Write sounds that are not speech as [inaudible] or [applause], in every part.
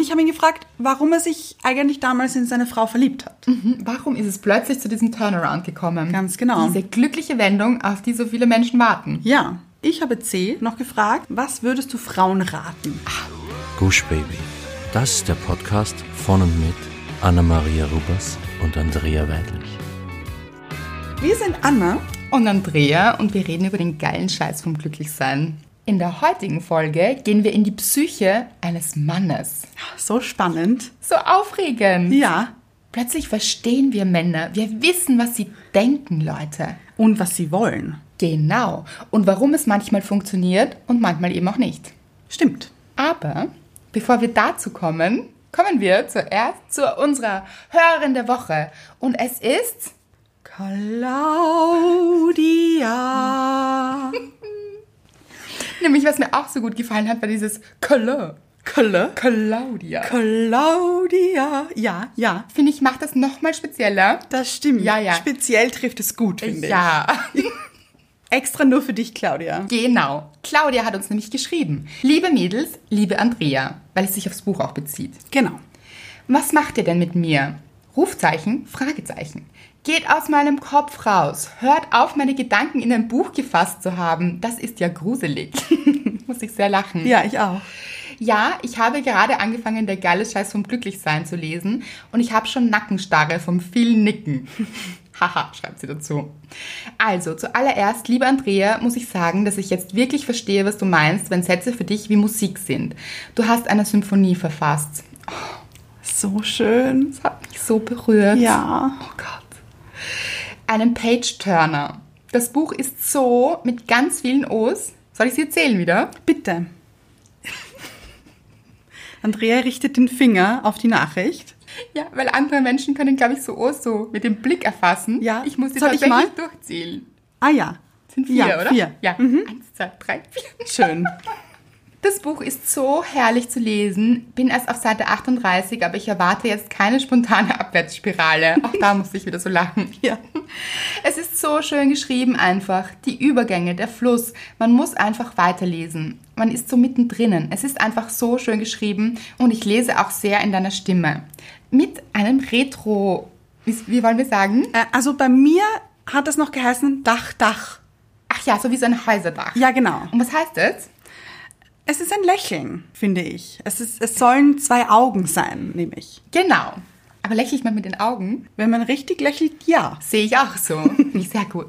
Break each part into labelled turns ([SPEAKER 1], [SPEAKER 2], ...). [SPEAKER 1] ich habe ihn gefragt, warum er sich eigentlich damals in seine Frau verliebt hat.
[SPEAKER 2] Mhm. Warum ist es plötzlich zu diesem Turnaround gekommen?
[SPEAKER 1] Ganz genau.
[SPEAKER 2] Diese glückliche Wendung, auf die so viele Menschen warten.
[SPEAKER 1] Ja, ich habe C noch gefragt, was würdest du Frauen raten?
[SPEAKER 3] Gush Baby. Das ist der Podcast von und mit Anna-Maria Rubers und Andrea Weidlich.
[SPEAKER 1] Wir sind Anna.
[SPEAKER 2] Und Andrea und wir reden über den geilen Scheiß vom Glücklichsein. In der heutigen Folge gehen wir in die Psyche eines Mannes.
[SPEAKER 1] So spannend.
[SPEAKER 2] So aufregend.
[SPEAKER 1] Ja.
[SPEAKER 2] Plötzlich verstehen wir Männer. Wir wissen, was sie denken, Leute.
[SPEAKER 1] Und was sie wollen.
[SPEAKER 2] Genau. Und warum es manchmal funktioniert und manchmal eben auch nicht.
[SPEAKER 1] Stimmt.
[SPEAKER 2] Aber bevor wir dazu kommen, kommen wir zuerst zu unserer Hörerin der Woche. Und es ist
[SPEAKER 1] Claudia.
[SPEAKER 2] Mhm. nämlich, was mir auch so gut gefallen hat, war dieses Color.
[SPEAKER 1] Kölle.
[SPEAKER 2] Claudia.
[SPEAKER 1] Claudia. Ja, ja.
[SPEAKER 2] Finde ich, macht das nochmal spezieller.
[SPEAKER 1] Das stimmt.
[SPEAKER 2] Ja, ja.
[SPEAKER 1] Speziell trifft es gut, finde ich.
[SPEAKER 2] Ja.
[SPEAKER 1] Extra nur für dich, Claudia.
[SPEAKER 2] Genau. Claudia hat uns nämlich geschrieben. Liebe Mädels, liebe Andrea, weil es sich aufs Buch auch bezieht.
[SPEAKER 1] Genau.
[SPEAKER 2] Was macht ihr denn mit mir? Rufzeichen, Fragezeichen. Geht aus meinem Kopf raus. Hört auf, meine Gedanken in ein Buch gefasst zu haben. Das ist ja gruselig. [laughs] Muss ich sehr lachen.
[SPEAKER 1] Ja, ich auch.
[SPEAKER 2] Ja, ich habe gerade angefangen, der geile Scheiß vom Glücklichsein zu lesen und ich habe schon Nackenstarre vom vielen Nicken. [laughs] Haha, schreibt sie dazu. Also, zuallererst, liebe Andrea, muss ich sagen, dass ich jetzt wirklich verstehe, was du meinst, wenn Sätze für dich wie Musik sind. Du hast eine Symphonie verfasst.
[SPEAKER 1] So schön.
[SPEAKER 2] Das hat mich so berührt.
[SPEAKER 1] Ja.
[SPEAKER 2] Oh Gott. Einen Page-Turner. Das Buch ist so mit ganz vielen O's. Soll ich sie erzählen wieder?
[SPEAKER 1] Bitte. [laughs] Andrea richtet den Finger auf die Nachricht.
[SPEAKER 2] Ja, weil andere Menschen können, glaube ich, so oh, so mit dem Blick erfassen.
[SPEAKER 1] Ja.
[SPEAKER 2] Ich muss die
[SPEAKER 1] Soll ich
[SPEAKER 2] tatsächlich
[SPEAKER 1] mal?
[SPEAKER 2] durchzählen.
[SPEAKER 1] Ah ja.
[SPEAKER 2] Sind vier,
[SPEAKER 1] ja,
[SPEAKER 2] oder?
[SPEAKER 1] Vier. Mhm.
[SPEAKER 2] Ja. Eins, zwei, drei, vier. [laughs]
[SPEAKER 1] Schön.
[SPEAKER 2] Das Buch ist so herrlich zu lesen. Bin erst auf Seite 38, aber ich erwarte jetzt keine spontane Abwärtsspirale. Auch da musste ich wieder so lachen.
[SPEAKER 1] Ja.
[SPEAKER 2] Es ist so schön geschrieben einfach. Die Übergänge, der Fluss. Man muss einfach weiterlesen. Man ist so mittendrin. Es ist einfach so schön geschrieben und ich lese auch sehr in deiner Stimme. Mit einem Retro... Wie, wie wollen wir sagen?
[SPEAKER 1] Äh, also bei mir hat es noch geheißen Dach, Dach.
[SPEAKER 2] Ach ja, so wie so ein Häuserdach.
[SPEAKER 1] Ja, genau.
[SPEAKER 2] Und was heißt das?
[SPEAKER 1] Es ist ein Lächeln, finde ich. Es, ist, es sollen zwei Augen sein, nämlich.
[SPEAKER 2] Genau. Aber lächle ich mal mit den Augen?
[SPEAKER 1] Wenn man richtig lächelt, ja.
[SPEAKER 2] Sehe ich auch so. Finde ich sehr gut.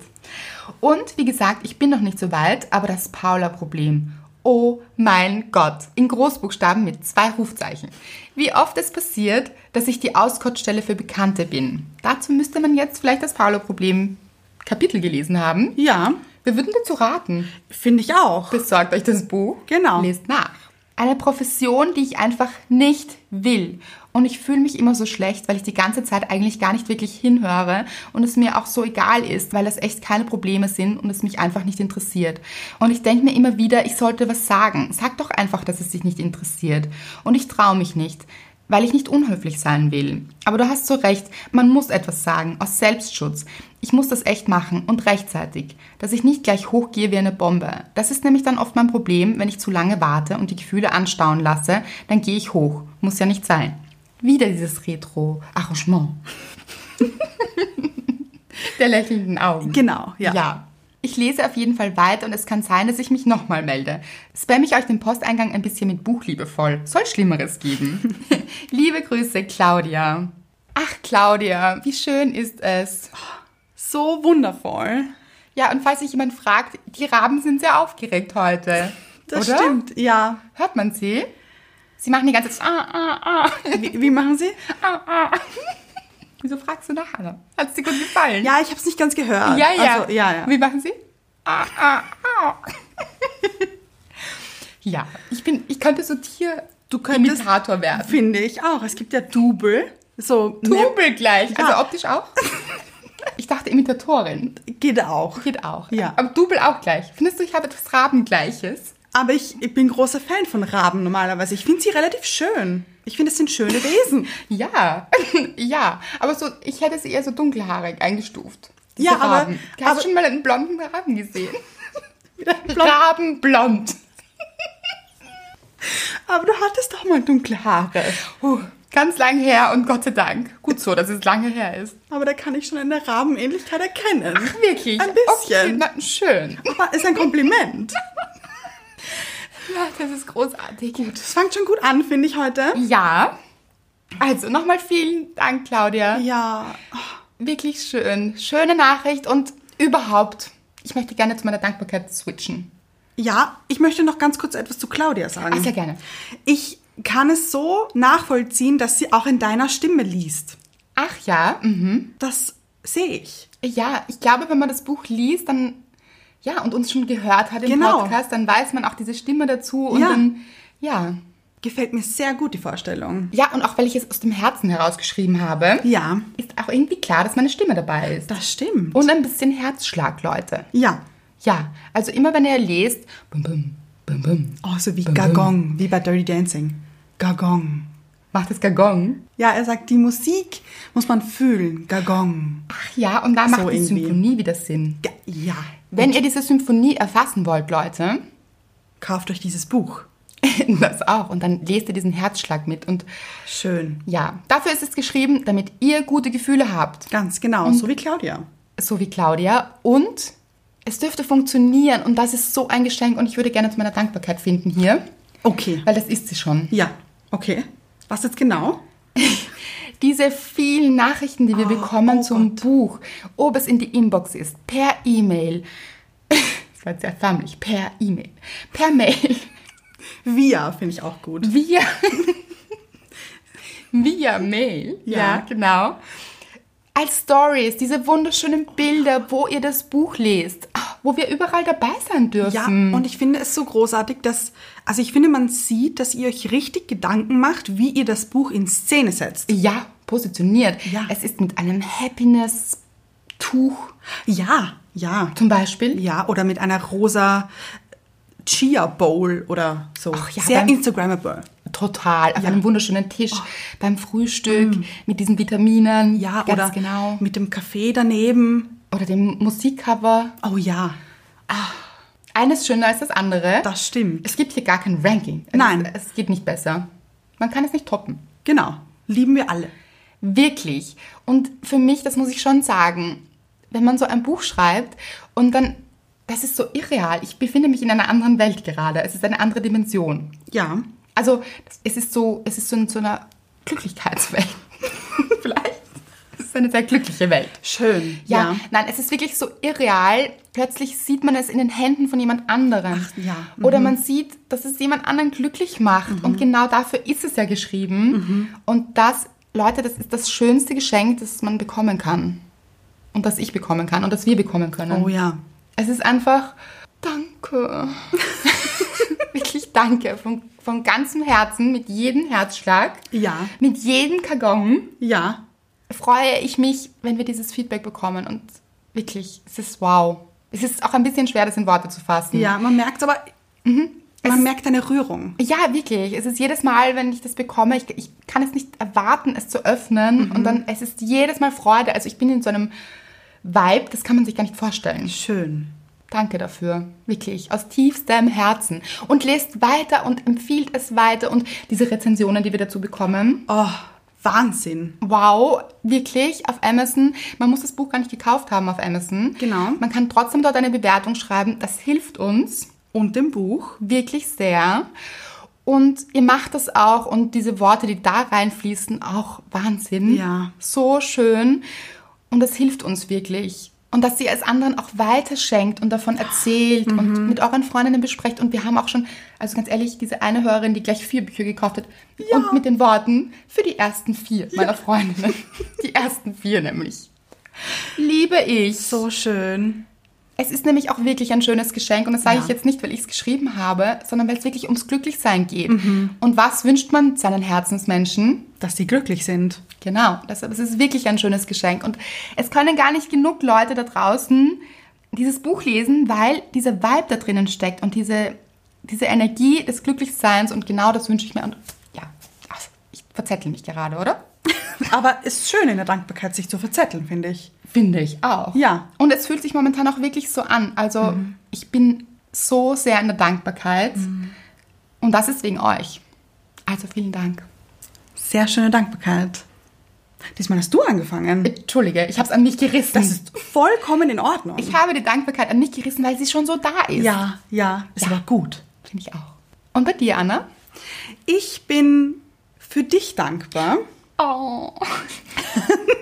[SPEAKER 2] Und wie gesagt, ich bin noch nicht so weit, aber das Paula-Problem. Oh mein Gott. In Großbuchstaben mit zwei Rufzeichen. Wie oft es passiert, dass ich die Auskottstelle für Bekannte bin. Dazu müsste man jetzt vielleicht das Paula-Problem Kapitel gelesen haben.
[SPEAKER 1] Ja,
[SPEAKER 2] Wir würden dazu raten.
[SPEAKER 1] finde ich auch.
[SPEAKER 2] Besorgt euch das Buch.
[SPEAKER 1] Genau.
[SPEAKER 2] Lest nach. Eine Profession, die ich einfach nicht will. Und ich fühle mich immer so schlecht, weil ich die ganze Zeit eigentlich gar nicht wirklich hinhöre und es mir auch so egal ist, weil das echt keine Probleme sind und es mich einfach nicht interessiert. Und ich denke mir immer wieder, ich sollte was sagen. Sag doch einfach, dass es dich nicht interessiert. Und ich traue mich nicht, weil ich nicht unhöflich sein will. Aber du hast so recht, man muss etwas sagen, aus Selbstschutz. Ich muss das echt machen und rechtzeitig, dass ich nicht gleich hochgehe wie eine Bombe. Das ist nämlich dann oft mein Problem, wenn ich zu lange warte und die Gefühle anstauen lasse, dann gehe ich hoch. Muss ja nicht sein. Wieder dieses Retro-Arrangement. Der lächelnden Augen.
[SPEAKER 1] Genau, ja.
[SPEAKER 2] Ja. Ich lese auf jeden Fall weiter und es kann sein, dass ich mich nochmal melde. Spamme ich euch den Posteingang ein bisschen mit Buchliebe voll. Soll Schlimmeres geben.
[SPEAKER 1] [laughs]
[SPEAKER 2] Liebe Grüße, Claudia. Ach, Claudia, wie schön ist es.
[SPEAKER 1] So wundervoll.
[SPEAKER 2] Ja, und falls sich jemand fragt, die Raben sind sehr aufgeregt heute.
[SPEAKER 1] Das
[SPEAKER 2] oder?
[SPEAKER 1] stimmt, ja.
[SPEAKER 2] Hört man sie? Sie machen die ganze Zeit. Ah, ah, ah.
[SPEAKER 1] Wie, wie machen Sie?
[SPEAKER 2] Wieso fragst du nach, Anna? Hat es dir gut gefallen?
[SPEAKER 1] Ja, ich habe es nicht ganz gehört.
[SPEAKER 2] Ja, ja.
[SPEAKER 1] Also, ja, ja.
[SPEAKER 2] Wie machen Sie? Ah, ah,
[SPEAKER 1] [laughs]
[SPEAKER 2] ah. ja, ich bin, ich könnte so Tier
[SPEAKER 1] Du könntest,
[SPEAKER 2] Imitator werden.
[SPEAKER 1] finde ich auch. Es gibt ja Double. So, mehr-
[SPEAKER 2] Double gleich, also
[SPEAKER 1] Ja.
[SPEAKER 2] optisch auch. [laughs] Ich dachte Imitatorin.
[SPEAKER 1] ne, geht auch.
[SPEAKER 2] Geht auch.
[SPEAKER 1] Ja.
[SPEAKER 2] Aber Double auch gleich. Findest du, ich habe etwas Rabengleiches?
[SPEAKER 1] Aber ich, ich bin großer Fan von Raben normalerweise. Ich finde sie relativ schön. Ich finde, es sind schöne Wesen.
[SPEAKER 2] Ja, [laughs] ja. Aber so, ich hätte sie eher so dunkelhaarig eingestuft.
[SPEAKER 1] Ja,
[SPEAKER 2] Diese
[SPEAKER 1] aber-
[SPEAKER 2] Raben. Du hast
[SPEAKER 1] aber-
[SPEAKER 2] schon mal einen blonden
[SPEAKER 1] [laughs]
[SPEAKER 2] Raben gesehen.
[SPEAKER 1] Wieder blond.
[SPEAKER 2] Rabenblond.
[SPEAKER 1] Aber du hattest doch mal dunkle Haare.
[SPEAKER 2] Puh, ganz lang her und Gott sei Dank. Gut so, dass es lange her ist.
[SPEAKER 1] Aber da kann ich schon eine Rabenähnlichkeit erkennen.
[SPEAKER 2] Ach, wirklich?
[SPEAKER 1] Ein bisschen.
[SPEAKER 2] Okay, na, schön.
[SPEAKER 1] Aber ist ein Kompliment.
[SPEAKER 2] Ja, das ist großartig.
[SPEAKER 1] Das fängt schon gut an, finde ich heute.
[SPEAKER 2] Ja. Also nochmal vielen Dank, Claudia.
[SPEAKER 1] Ja,
[SPEAKER 2] Wirklich schön. Schöne Nachricht und überhaupt. Ich möchte gerne zu meiner Dankbarkeit switchen.
[SPEAKER 1] ja, ich möchte noch ganz kurz etwas zu Claudia sagen.
[SPEAKER 2] Ah, sehr gerne.
[SPEAKER 1] Ich kann es so nachvollziehen, dass sie auch in deiner Stimme liest.
[SPEAKER 2] Ach ja, mhm.
[SPEAKER 1] Das sehe ich.
[SPEAKER 2] Ja, ich glaube, wenn man das Buch liest, dann, ja, und uns schon gehört hat im
[SPEAKER 1] Genau.
[SPEAKER 2] Podcast, dann weiß man auch diese Stimme dazu und
[SPEAKER 1] Ja.
[SPEAKER 2] dann, ja.
[SPEAKER 1] Gefällt mir sehr gut die Vorstellung.
[SPEAKER 2] Ja, und auch weil ich es aus dem Herzen herausgeschrieben habe,
[SPEAKER 1] Ja,
[SPEAKER 2] ist auch irgendwie klar, dass meine Stimme dabei ist.
[SPEAKER 1] das stimmt.
[SPEAKER 2] Und ein bisschen Herzschlag, Leute.
[SPEAKER 1] ja,
[SPEAKER 2] Ja, also immer wenn ihr lest, bum, bum, bum, bum,
[SPEAKER 1] oh, so wie
[SPEAKER 2] Bum, bum.
[SPEAKER 1] Gagong, wie bei Dirty Dancing. Gagong.
[SPEAKER 2] macht das Gagong.
[SPEAKER 1] Ja, er sagt, die Musik muss man fühlen. Gagong.
[SPEAKER 2] Ach ja, und da macht die
[SPEAKER 1] irgendwie.
[SPEAKER 2] Symphonie wieder Sinn.
[SPEAKER 1] Ga- Ja,
[SPEAKER 2] Wenn ihr diese Symphonie erfassen wollt, Leute, [laughs]
[SPEAKER 1] kauft euch dieses Buch.
[SPEAKER 2] das auch, und dann lest ihr diesen Herzschlag mit. Und
[SPEAKER 1] Schön.
[SPEAKER 2] ja, dafür ist es geschrieben, damit ihr gute Gefühle habt.
[SPEAKER 1] Ganz genau, so wie Claudia.
[SPEAKER 2] So wie Claudia. Und es dürfte funktionieren. Und das ist so ein Geschenk. Und ich würde gerne zu meiner Dankbarkeit finden hier,
[SPEAKER 1] Okay.
[SPEAKER 2] weil das ist sie schon.
[SPEAKER 1] Ja, okay. Was jetzt genau?
[SPEAKER 2] [laughs] Diese vielen Nachrichten, die wir bekommen
[SPEAKER 1] oh
[SPEAKER 2] zum Buch, ob es in die Inbox ist, per E-Mail, [laughs] das war jetzt sehr förmlich, per E-Mail, per Mail, [laughs]
[SPEAKER 1] Via finde ich auch gut.
[SPEAKER 2] via, [laughs] via Mail, ja.
[SPEAKER 1] Ja.
[SPEAKER 2] genau, als Stories, diese wunderschönen Bilder, wo ihr das Buch lest, ah, wo wir überall dabei sein
[SPEAKER 1] Ja,
[SPEAKER 2] dürfen.
[SPEAKER 1] und ich finde es so großartig, dass, also ich finde, man sieht, dass ihr euch richtig Gedanken macht, wie ihr das Buch in Szene setzt.
[SPEAKER 2] ja positioniert.
[SPEAKER 1] Ja.
[SPEAKER 2] Es ist mit einem Happiness-Tuch
[SPEAKER 1] Ja, ja,
[SPEAKER 2] zum Beispiel.
[SPEAKER 1] ja, oder mit einer rosa Chia Bowl oder so.
[SPEAKER 2] Ach ja,
[SPEAKER 1] Sehr
[SPEAKER 2] beim-
[SPEAKER 1] Instagrammable.
[SPEAKER 2] Total, auf
[SPEAKER 1] Ja. Oh. Mm.
[SPEAKER 2] einem wunderschönen Tisch, beim Frühstück, mit diesen Vitaminen.
[SPEAKER 1] Ja,
[SPEAKER 2] ganz
[SPEAKER 1] oder
[SPEAKER 2] genau.
[SPEAKER 1] mit dem Kaffee daneben.
[SPEAKER 2] Oder dem Musikcover.
[SPEAKER 1] Oh ja,
[SPEAKER 2] Eines schöner als das andere.
[SPEAKER 1] das stimmt.
[SPEAKER 2] es gibt hier gar kein Ranking. Es
[SPEAKER 1] Nein.
[SPEAKER 2] Ist, es geht nicht besser. Man kann es nicht toppen.
[SPEAKER 1] Genau. Lieben wir alle.
[SPEAKER 2] Wirklich. Und für mich, das muss ich schon sagen, wenn man so ein Buch schreibt und dann, das ist so irreal. Ich befinde mich in einer anderen Welt gerade. Es ist eine andere Dimension.
[SPEAKER 1] Ja.
[SPEAKER 2] Also es ist so, es ist so in so einer Glücklichkeitswelt. [laughs] Vielleicht. Es ist eine sehr glückliche Welt.
[SPEAKER 1] Schön.
[SPEAKER 2] Ja, nein, es ist wirklich so irreal. Plötzlich sieht man es in den Händen von jemand anderem.
[SPEAKER 1] Ach, ja. Mhm.
[SPEAKER 2] Oder man sieht, dass es jemand anderen glücklich macht. Und genau dafür ist es ja geschrieben.
[SPEAKER 1] Mhm.
[SPEAKER 2] Und das, Leute, das ist das schönste Geschenk, das man bekommen kann. Und das ich bekommen kann und das wir bekommen können.
[SPEAKER 1] Oh ja.
[SPEAKER 2] Es ist einfach Danke. [laughs] Wirklich Danke. Von, von ganzem Herzen, mit jedem Herzschlag,
[SPEAKER 1] Ja.
[SPEAKER 2] mit jedem Kagong
[SPEAKER 1] Ja.
[SPEAKER 2] freue ich mich, wenn wir dieses Feedback bekommen. Und wirklich, es ist wow. Es ist auch ein bisschen schwer, das in Worte zu fassen.
[SPEAKER 1] Ja, man merkt aber,
[SPEAKER 2] Mhm.
[SPEAKER 1] man merkt eine Rührung.
[SPEAKER 2] Ja, wirklich. Es ist jedes Mal, wenn ich das bekomme, ich, ich kann es nicht erwarten, es zu öffnen. Und dann, es ist jedes Mal Freude. Also ich bin in so einem Vibe, das kann man sich gar nicht vorstellen.
[SPEAKER 1] Schön.
[SPEAKER 2] Danke dafür. Wirklich. Aus tiefstem Herzen. Und lest weiter und empfiehlt es weiter. Und diese Rezensionen, die wir dazu bekommen.
[SPEAKER 1] Oh, Wahnsinn.
[SPEAKER 2] Wow, wirklich auf Amazon. Man muss das Buch gar nicht gekauft haben auf Amazon.
[SPEAKER 1] Genau.
[SPEAKER 2] Man kann trotzdem dort eine Bewertung schreiben. Das hilft uns
[SPEAKER 1] Und dem Buch?
[SPEAKER 2] wirklich sehr. Und ihr macht das auch und diese Worte, die da reinfließen, auch Wahnsinn.
[SPEAKER 1] Ja.
[SPEAKER 2] So schön. Und das hilft uns wirklich. Und dass ihr es anderen auch weiterschenkt und davon erzählt
[SPEAKER 1] Mhm.
[SPEAKER 2] und mit euren Freundinnen besprecht. Und wir haben auch schon, also ganz ehrlich, diese eine Hörerin, die gleich vier Bücher gekauft hat. Und mit den Worten für die ersten vier meiner Freundinnen. [laughs] Die ersten vier nämlich. Liebe ich.
[SPEAKER 1] So schön.
[SPEAKER 2] Es ist nämlich auch wirklich ein schönes Geschenk und das sage
[SPEAKER 1] Ja.
[SPEAKER 2] ich jetzt nicht, weil ich es geschrieben habe, sondern weil es wirklich ums Glücklichsein geht. Und was wünscht man seinen Herzensmenschen?
[SPEAKER 1] Dass sie glücklich
[SPEAKER 2] [laughs]
[SPEAKER 1] sind.
[SPEAKER 2] Genau, deshalb es ist es wirklich ein schönes Geschenk. Und es können gar nicht genug Leute da draußen dieses Buch lesen, weil dieser Vibe da drinnen steckt und diese, diese Energie des Glücklichseins und genau das wünsche ich mir. Und ja, ach, ich verzettel mich gerade, oder?
[SPEAKER 1] Aber ist schön in der Dankbarkeit, sich zu verzetteln, finde ich.
[SPEAKER 2] Finde ich auch.
[SPEAKER 1] Ja. Mhm.
[SPEAKER 2] Und es fühlt sich momentan auch wirklich so an. Also ich bin so sehr in der Dankbarkeit. Und das ist wegen euch. Also vielen Dank.
[SPEAKER 1] Sehr schöne Dankbarkeit. Diesmal hast du angefangen.
[SPEAKER 2] Entschuldige, ich habe es an mich gerissen.
[SPEAKER 1] Das ist vollkommen in Ordnung.
[SPEAKER 2] ich habe die Dankbarkeit an mich gerissen, weil sie schon so da ist.
[SPEAKER 1] ja, ja, es war gut.
[SPEAKER 2] Finde ich auch. Und bei dir, Anna?
[SPEAKER 1] Ich bin für dich dankbar.
[SPEAKER 2] Oh.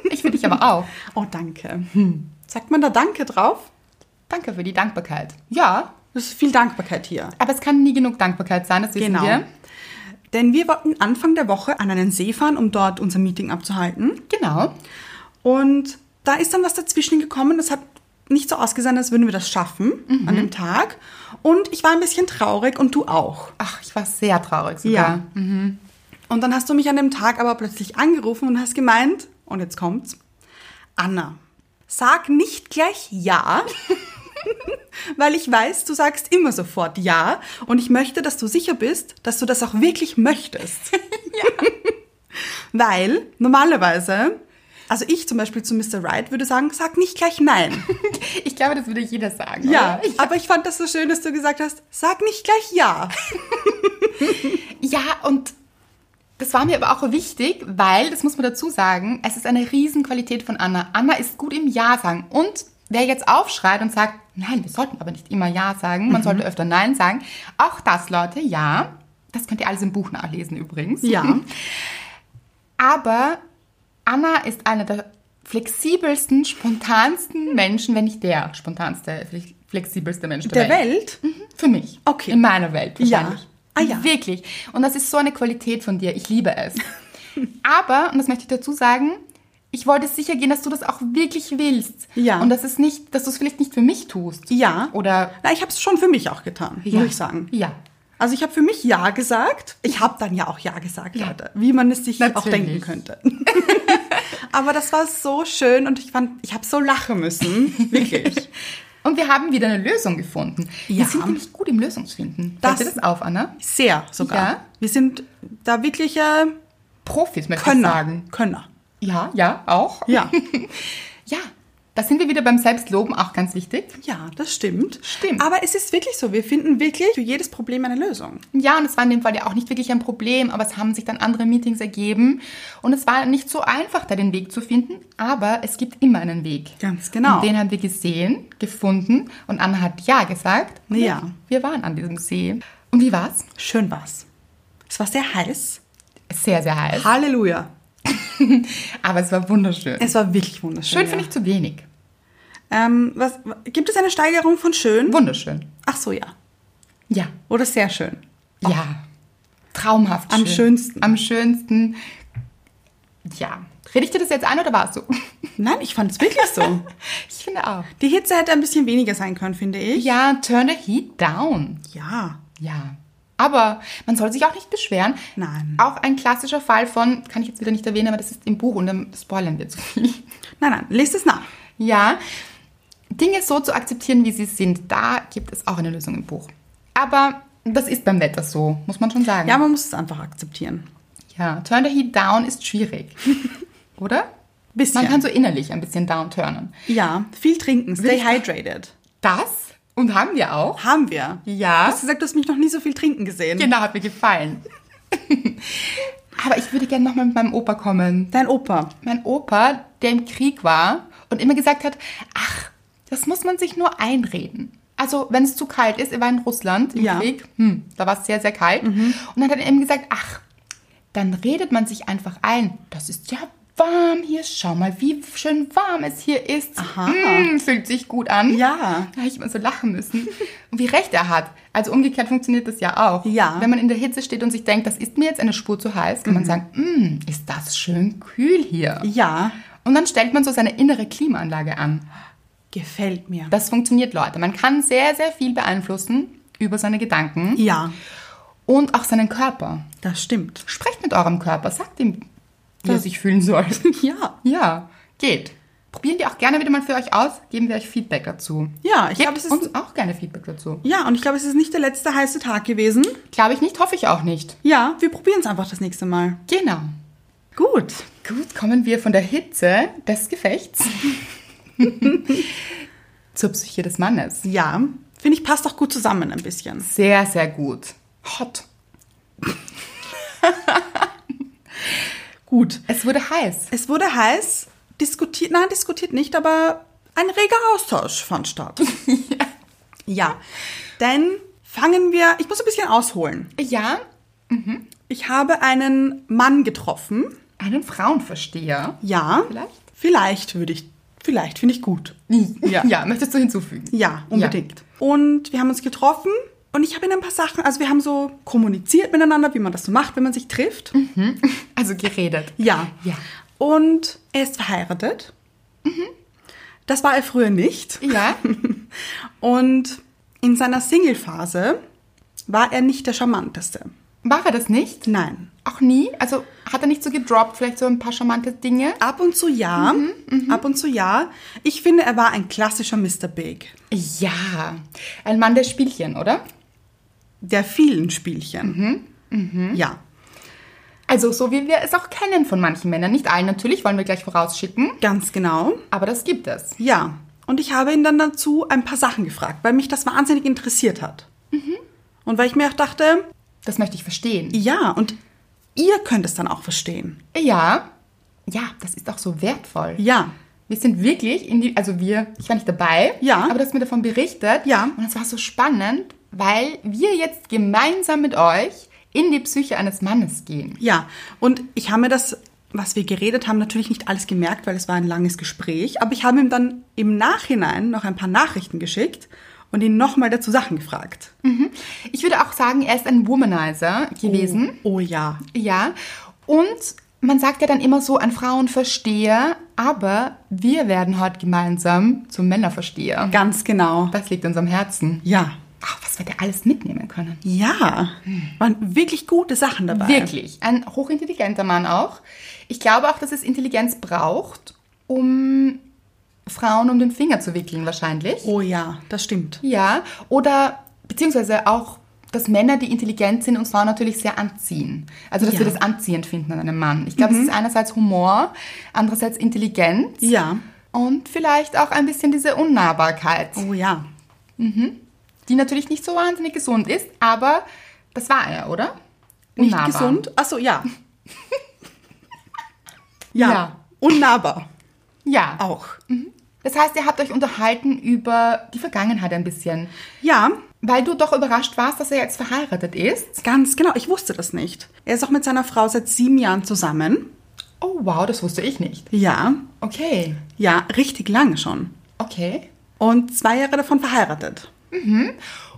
[SPEAKER 2] ich finde dich aber auch.
[SPEAKER 1] Oh, danke. Hm. Sagt man da Danke drauf?
[SPEAKER 2] Danke für die Dankbarkeit. Ja,
[SPEAKER 1] Das ist viel Dankbarkeit hier.
[SPEAKER 2] aber es kann nie genug Dankbarkeit sein, das
[SPEAKER 1] Genau.
[SPEAKER 2] wissen wir.
[SPEAKER 1] Denn wir wollten Anfang der Woche an einen See fahren, um dort unser Meeting abzuhalten.
[SPEAKER 2] Genau.
[SPEAKER 1] Und da ist dann was dazwischen gekommen. Es hat nicht so ausgesehen, als würden wir das schaffen
[SPEAKER 2] Mhm.
[SPEAKER 1] an dem Tag. Und ich war ein bisschen traurig und du auch.
[SPEAKER 2] Ach, ich war sehr traurig sogar.
[SPEAKER 1] Ja. Mhm. Und dann hast du mich an dem Tag aber plötzlich angerufen und hast gemeint, und jetzt kommt's, Anna, sag nicht gleich ja, [laughs] weil ich weiß, du sagst immer sofort ja und ich möchte, dass du sicher bist, dass du das auch wirklich [laughs] möchtest. Weil normalerweise, also ich zum Beispiel zu Mr. Right würde sagen, sag nicht gleich nein.
[SPEAKER 2] Ich glaube, das würde jeder sagen.
[SPEAKER 1] Ja,
[SPEAKER 2] Oder? Ich-
[SPEAKER 1] aber ich fand das so schön, dass du gesagt hast, sag nicht gleich ja.
[SPEAKER 2] Ja, und das war mir aber auch wichtig, weil, das muss man dazu sagen, es ist eine Riesenqualität von Anna. Anna ist gut im Ja sagen. Und wer jetzt aufschreit und sagt, nein, wir sollten aber nicht immer Ja sagen, man sollte öfter Nein sagen, auch das, Leute, ja. Das könnt ihr alles im Buch nachlesen übrigens.
[SPEAKER 1] Ja.
[SPEAKER 2] Aber Anna ist einer der flexibelsten, spontansten Menschen, wenn nicht der spontanste, flex- flexibelste Mensch der,
[SPEAKER 1] Der Welt?
[SPEAKER 2] Für mich.
[SPEAKER 1] Okay.
[SPEAKER 2] In meiner Welt wahrscheinlich.
[SPEAKER 1] Ja. Ah, ja.
[SPEAKER 2] Wirklich. Und das ist so eine Qualität von dir. Ich liebe
[SPEAKER 1] [laughs]
[SPEAKER 2] es. Aber, und das möchte ich dazu sagen, ich wollte sicher gehen, dass du das auch wirklich willst.
[SPEAKER 1] Ja.
[SPEAKER 2] Und dass es nicht, dass du es vielleicht nicht für mich tust.
[SPEAKER 1] Ja.
[SPEAKER 2] Oder
[SPEAKER 1] Na, ich habe es schon für mich auch getan,
[SPEAKER 2] Ja.
[SPEAKER 1] muss ich sagen.
[SPEAKER 2] Ja.
[SPEAKER 1] Also ich habe für mich Ja gesagt. Ich habe dann ja auch Ja gesagt,
[SPEAKER 2] Ja.
[SPEAKER 1] Leute. Wie man es sich auch
[SPEAKER 2] Natürlich.
[SPEAKER 1] denken könnte. [laughs] Aber das war so schön und ich fand, ich habe so lachen
[SPEAKER 2] [laughs]
[SPEAKER 1] müssen. Wirklich.
[SPEAKER 2] Und wir haben wieder eine Lösung gefunden. Wir
[SPEAKER 1] Ja.
[SPEAKER 2] sind nämlich gut im Lösungsfinden.
[SPEAKER 1] Das-
[SPEAKER 2] Fällt dir das auf, Anna?
[SPEAKER 1] Sehr sogar.
[SPEAKER 2] Ja.
[SPEAKER 1] Wir sind da wirkliche
[SPEAKER 2] Profis möchte ich
[SPEAKER 1] Könner.
[SPEAKER 2] sagen.
[SPEAKER 1] Könner.
[SPEAKER 2] Ja, ja, auch.
[SPEAKER 1] Ja.
[SPEAKER 2] Ja, da sind wir wieder beim Selbstloben, auch ganz wichtig.
[SPEAKER 1] [laughs] Ja, das stimmt.
[SPEAKER 2] Stimmt.
[SPEAKER 1] Aber es ist wirklich so. Wir finden wirklich für jedes Problem eine Lösung.
[SPEAKER 2] Ja, und es war in dem Fall ja auch nicht wirklich ein Problem, aber es haben sich dann andere Meetings ergeben und es war nicht so einfach, da den Weg zu finden, aber es gibt immer einen Weg.
[SPEAKER 1] Ganz genau.
[SPEAKER 2] Und den haben wir gesehen, gefunden und Anna hat ja gesagt. Und
[SPEAKER 1] Ja.
[SPEAKER 2] Wir waren an diesem See. Und wie war's?
[SPEAKER 1] Schön war's. Es war sehr heiß.
[SPEAKER 2] Sehr, sehr heiß.
[SPEAKER 1] Halleluja.
[SPEAKER 2] Aber es war wunderschön.
[SPEAKER 1] Es war wirklich wunderschön.
[SPEAKER 2] Schön finde ich zu wenig.
[SPEAKER 1] Ähm, was, gibt es eine Steigerung von schön?
[SPEAKER 2] Wunderschön.
[SPEAKER 1] Ach so, ja.
[SPEAKER 2] Ja.
[SPEAKER 1] Oder sehr schön.
[SPEAKER 2] Ja. Traumhaft
[SPEAKER 1] Am
[SPEAKER 2] schön.
[SPEAKER 1] schönsten.
[SPEAKER 2] Am schönsten. Ja. Rede ich dir das jetzt ein oder war's so?
[SPEAKER 1] Nein, ich fand es wirklich so.
[SPEAKER 2] [laughs] Ich finde auch.
[SPEAKER 1] Die Hitze hätte ein bisschen weniger sein können, finde ich.
[SPEAKER 2] Ja, turn the heat down.
[SPEAKER 1] Ja.
[SPEAKER 2] Ja. Aber man soll sich auch nicht beschweren.
[SPEAKER 1] Nein.
[SPEAKER 2] Auch ein klassischer Fall von, kann ich jetzt wieder nicht erwähnen, aber das ist im Buch und dann spoilern wir zu viel. [laughs]
[SPEAKER 1] Nein, nein, lest es nach.
[SPEAKER 2] Ja. Dinge so zu akzeptieren, wie sie sind, da gibt es auch eine Lösung im Buch. Aber das ist beim Wetter so, muss man schon sagen.
[SPEAKER 1] Ja, man muss es einfach akzeptieren.
[SPEAKER 2] ja turn the heat down
[SPEAKER 1] [laughs]
[SPEAKER 2] ist schwierig. Oder?
[SPEAKER 1] Bisschen.
[SPEAKER 2] Man kann so innerlich ein bisschen down turnen.
[SPEAKER 1] ja, viel trinken, stay
[SPEAKER 2] ich-
[SPEAKER 1] hydrated.
[SPEAKER 2] Das und haben wir auch.
[SPEAKER 1] Haben wir.
[SPEAKER 2] Ja.
[SPEAKER 1] Du hast gesagt, du hast mich noch nie so viel trinken gesehen.
[SPEAKER 2] Genau, hat mir gefallen. [laughs] Aber ich würde gerne nochmal mit meinem Opa kommen.
[SPEAKER 1] Dein Opa.
[SPEAKER 2] Mein Opa, der im Krieg war und immer gesagt hat, ach, das muss man sich nur einreden. Also, wenn es zu kalt ist, er war in Russland im
[SPEAKER 1] Ja. Mhm.
[SPEAKER 2] Krieg, hm, da war es sehr, sehr kalt. Und dann hat er eben gesagt, ach, dann redet man sich einfach ein. Das ist ja warm hier, schau mal, wie schön warm es hier ist.
[SPEAKER 1] Aha.
[SPEAKER 2] Hm, fühlt sich gut an.
[SPEAKER 1] Ja.
[SPEAKER 2] Da habe ich immer so
[SPEAKER 1] [laughs]
[SPEAKER 2] lachen müssen. Und wie recht er hat. Also umgekehrt funktioniert das ja auch.
[SPEAKER 1] Ja. Mhm.
[SPEAKER 2] Wenn man in der Hitze steht und sich denkt, das ist mir jetzt eine Spur zu heiß, kann man sagen, "Mm, ist das schön kühl hier.
[SPEAKER 1] Ja.
[SPEAKER 2] Und dann stellt man so seine innere Klimaanlage an.
[SPEAKER 1] Gefällt mir.
[SPEAKER 2] Das funktioniert, Leute. Man kann sehr, sehr viel beeinflussen über seine Gedanken
[SPEAKER 1] ja,
[SPEAKER 2] und auch seinen Körper.
[SPEAKER 1] das stimmt. [laughs]
[SPEAKER 2] Sprecht mit eurem Körper, sagt ihm, wie er sich fühlen soll. [laughs]
[SPEAKER 1] Ja.
[SPEAKER 2] ja, geht. Probieren wir auch gerne wieder mal für euch aus, geben wir euch Feedback dazu.
[SPEAKER 1] Ja, ich
[SPEAKER 2] Gebt
[SPEAKER 1] glaube, es ist-
[SPEAKER 2] uns auch gerne Feedback dazu.
[SPEAKER 1] Ja, und ich glaube, es ist nicht der letzte heiße Tag gewesen.
[SPEAKER 2] Glaube ich nicht, hoffe ich auch nicht.
[SPEAKER 1] Ja, wir probieren es einfach das nächste Mal.
[SPEAKER 2] Genau.
[SPEAKER 1] Gut.
[SPEAKER 2] Gut, kommen wir von der Hitze
[SPEAKER 1] [laughs]
[SPEAKER 2] des Gefechts [laughs] zur Psyche des Mannes.
[SPEAKER 1] Ja, finde ich, passt auch gut zusammen ein bisschen.
[SPEAKER 2] Sehr, sehr gut. Hot. Gut. Es wurde heiß.
[SPEAKER 1] Es wurde heiß, diskutiert, nein, diskutiert nicht, aber ein reger Austausch fand
[SPEAKER 2] [laughs]
[SPEAKER 1] statt. ja, denn fangen wir, ich muss ein bisschen ausholen.
[SPEAKER 2] Ja,
[SPEAKER 1] Ich habe einen Mann getroffen.
[SPEAKER 2] einen Frauenversteher.
[SPEAKER 1] Ja.
[SPEAKER 2] Vielleicht?
[SPEAKER 1] Vielleicht würde ich, vielleicht finde ich gut.
[SPEAKER 2] Ja. ja, möchtest du hinzufügen?
[SPEAKER 1] Ja, unbedingt. Und wir haben uns getroffen und ich habe ihn ein paar Sachen, also wir haben so kommuniziert miteinander, wie man das so macht, wenn man sich trifft.
[SPEAKER 2] Also geredet.
[SPEAKER 1] Ja.
[SPEAKER 2] Ja. Mhm.
[SPEAKER 1] Und er ist verheiratet. Das war er früher nicht.
[SPEAKER 2] Ja.
[SPEAKER 1] Und in seiner Single-Phase war er nicht der charmanteste.
[SPEAKER 2] War er das nicht?
[SPEAKER 1] Nein.
[SPEAKER 2] Auch nie? Also hat er nicht so gedroppt, vielleicht so ein paar charmante Dinge?
[SPEAKER 1] Ab und zu ja, ab und zu ja. Ich finde, er war ein klassischer Mr. Big.
[SPEAKER 2] Ja. Ein Mann der Spielchen, oder?
[SPEAKER 1] Der vielen Spielchen. Ja,
[SPEAKER 2] Also so wie wir es auch kennen von manchen Männern. Nicht allen natürlich, wollen wir gleich vorausschicken.
[SPEAKER 1] ganz genau.
[SPEAKER 2] Aber das gibt es.
[SPEAKER 1] Ja. Und ich habe ihn dann dazu ein paar Sachen gefragt, weil mich das wahnsinnig interessiert hat. Und weil ich mir auch dachte,
[SPEAKER 2] Das möchte ich verstehen.
[SPEAKER 1] ja, und ihr könnt es dann auch verstehen.
[SPEAKER 2] Ja. Ja, das ist auch so wertvoll.
[SPEAKER 1] Ja.
[SPEAKER 2] Wir sind wirklich in die, also wir, ich war nicht dabei,
[SPEAKER 1] Ja.
[SPEAKER 2] aber das mir davon berichtet.
[SPEAKER 1] Ja.
[SPEAKER 2] Und es war so spannend, weil wir jetzt gemeinsam mit euch in die Psyche eines Mannes gehen.
[SPEAKER 1] Ja, und ich habe mir das, was wir geredet haben, natürlich nicht alles gemerkt, weil es war ein langes Gespräch. Aber ich habe ihm dann im Nachhinein noch ein paar Nachrichten geschickt und ihn nochmal dazu Sachen gefragt.
[SPEAKER 2] Ich würde auch sagen, er ist ein Womanizer gewesen.
[SPEAKER 1] Oh ja.
[SPEAKER 2] Ja. Und man sagt ja dann immer so, ein Frauenversteher, aber wir werden heute gemeinsam zum Männerversteher.
[SPEAKER 1] Ganz genau.
[SPEAKER 2] Das liegt uns am Herzen.
[SPEAKER 1] Ja.
[SPEAKER 2] Ach, was wir da alles mitnehmen können.
[SPEAKER 1] Ja. Waren wirklich gute Sachen dabei.
[SPEAKER 2] Wirklich. Ein hochintelligenter Mann auch. Ich glaube auch, dass es Intelligenz braucht, um Frauen um den Finger zu wickeln, wahrscheinlich.
[SPEAKER 1] Oh ja, das stimmt.
[SPEAKER 2] Ja. Oder beziehungsweise auch, dass Männer, die intelligent sind, uns Frauen natürlich sehr anziehen. Also, dass
[SPEAKER 1] Ja. Mhm.
[SPEAKER 2] wir das anziehend finden an einem Mann. Ich glaube, es ist einerseits Humor, andererseits Intelligenz.
[SPEAKER 1] Ja.
[SPEAKER 2] Und vielleicht auch ein bisschen diese Unnahbarkeit,
[SPEAKER 1] Oh ja.
[SPEAKER 2] die natürlich nicht so wahnsinnig gesund ist, aber das war er, oder?
[SPEAKER 1] Nicht
[SPEAKER 2] Unnahbar.
[SPEAKER 1] gesund? Achso,
[SPEAKER 2] [laughs]
[SPEAKER 1] ja. ja.
[SPEAKER 2] Ja.
[SPEAKER 1] Unnahbar
[SPEAKER 2] Ja.
[SPEAKER 1] auch.
[SPEAKER 2] Das heißt, ihr habt euch unterhalten über die Vergangenheit ein bisschen,
[SPEAKER 1] Ja,
[SPEAKER 2] weil du doch überrascht warst, dass er jetzt verheiratet ist.
[SPEAKER 1] ganz genau. Ich wusste das nicht. Er ist auch mit seiner Frau seit sieben Jahren zusammen.
[SPEAKER 2] Oh wow, das wusste ich nicht.
[SPEAKER 1] Ja,
[SPEAKER 2] Okay.
[SPEAKER 1] ja, richtig lange schon.
[SPEAKER 2] Okay.
[SPEAKER 1] Und zwei Jahre davon verheiratet.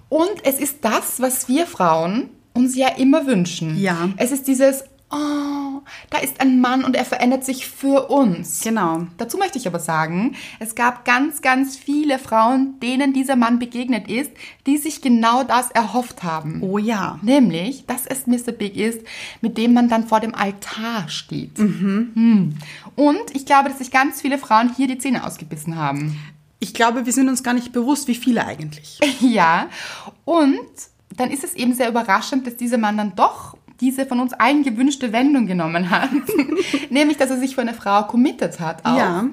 [SPEAKER 2] Und es ist das, was wir Frauen uns ja immer wünschen.
[SPEAKER 1] Ja.
[SPEAKER 2] Es ist dieses, oh, da ist ein Mann und er verändert sich für uns.
[SPEAKER 1] Genau.
[SPEAKER 2] Dazu möchte ich aber sagen, es gab ganz, ganz viele Frauen, denen dieser Mann begegnet ist, die sich genau das erhofft haben.
[SPEAKER 1] Oh ja.
[SPEAKER 2] Nämlich, dass es Mr. Big ist, mit dem man dann vor dem Altar steht. Hm. Und ich glaube, dass sich ganz viele Frauen hier die Zähne ausgebissen haben. [laughs]
[SPEAKER 1] Ich glaube, wir sind uns gar nicht bewusst, wie viele eigentlich.
[SPEAKER 2] ja. Und dann ist es eben sehr überraschend, dass dieser Mann dann doch diese von uns allen gewünschte Wendung genommen hat. [laughs] Nämlich, dass er sich für eine Frau committed hat. Auch.
[SPEAKER 1] Ja.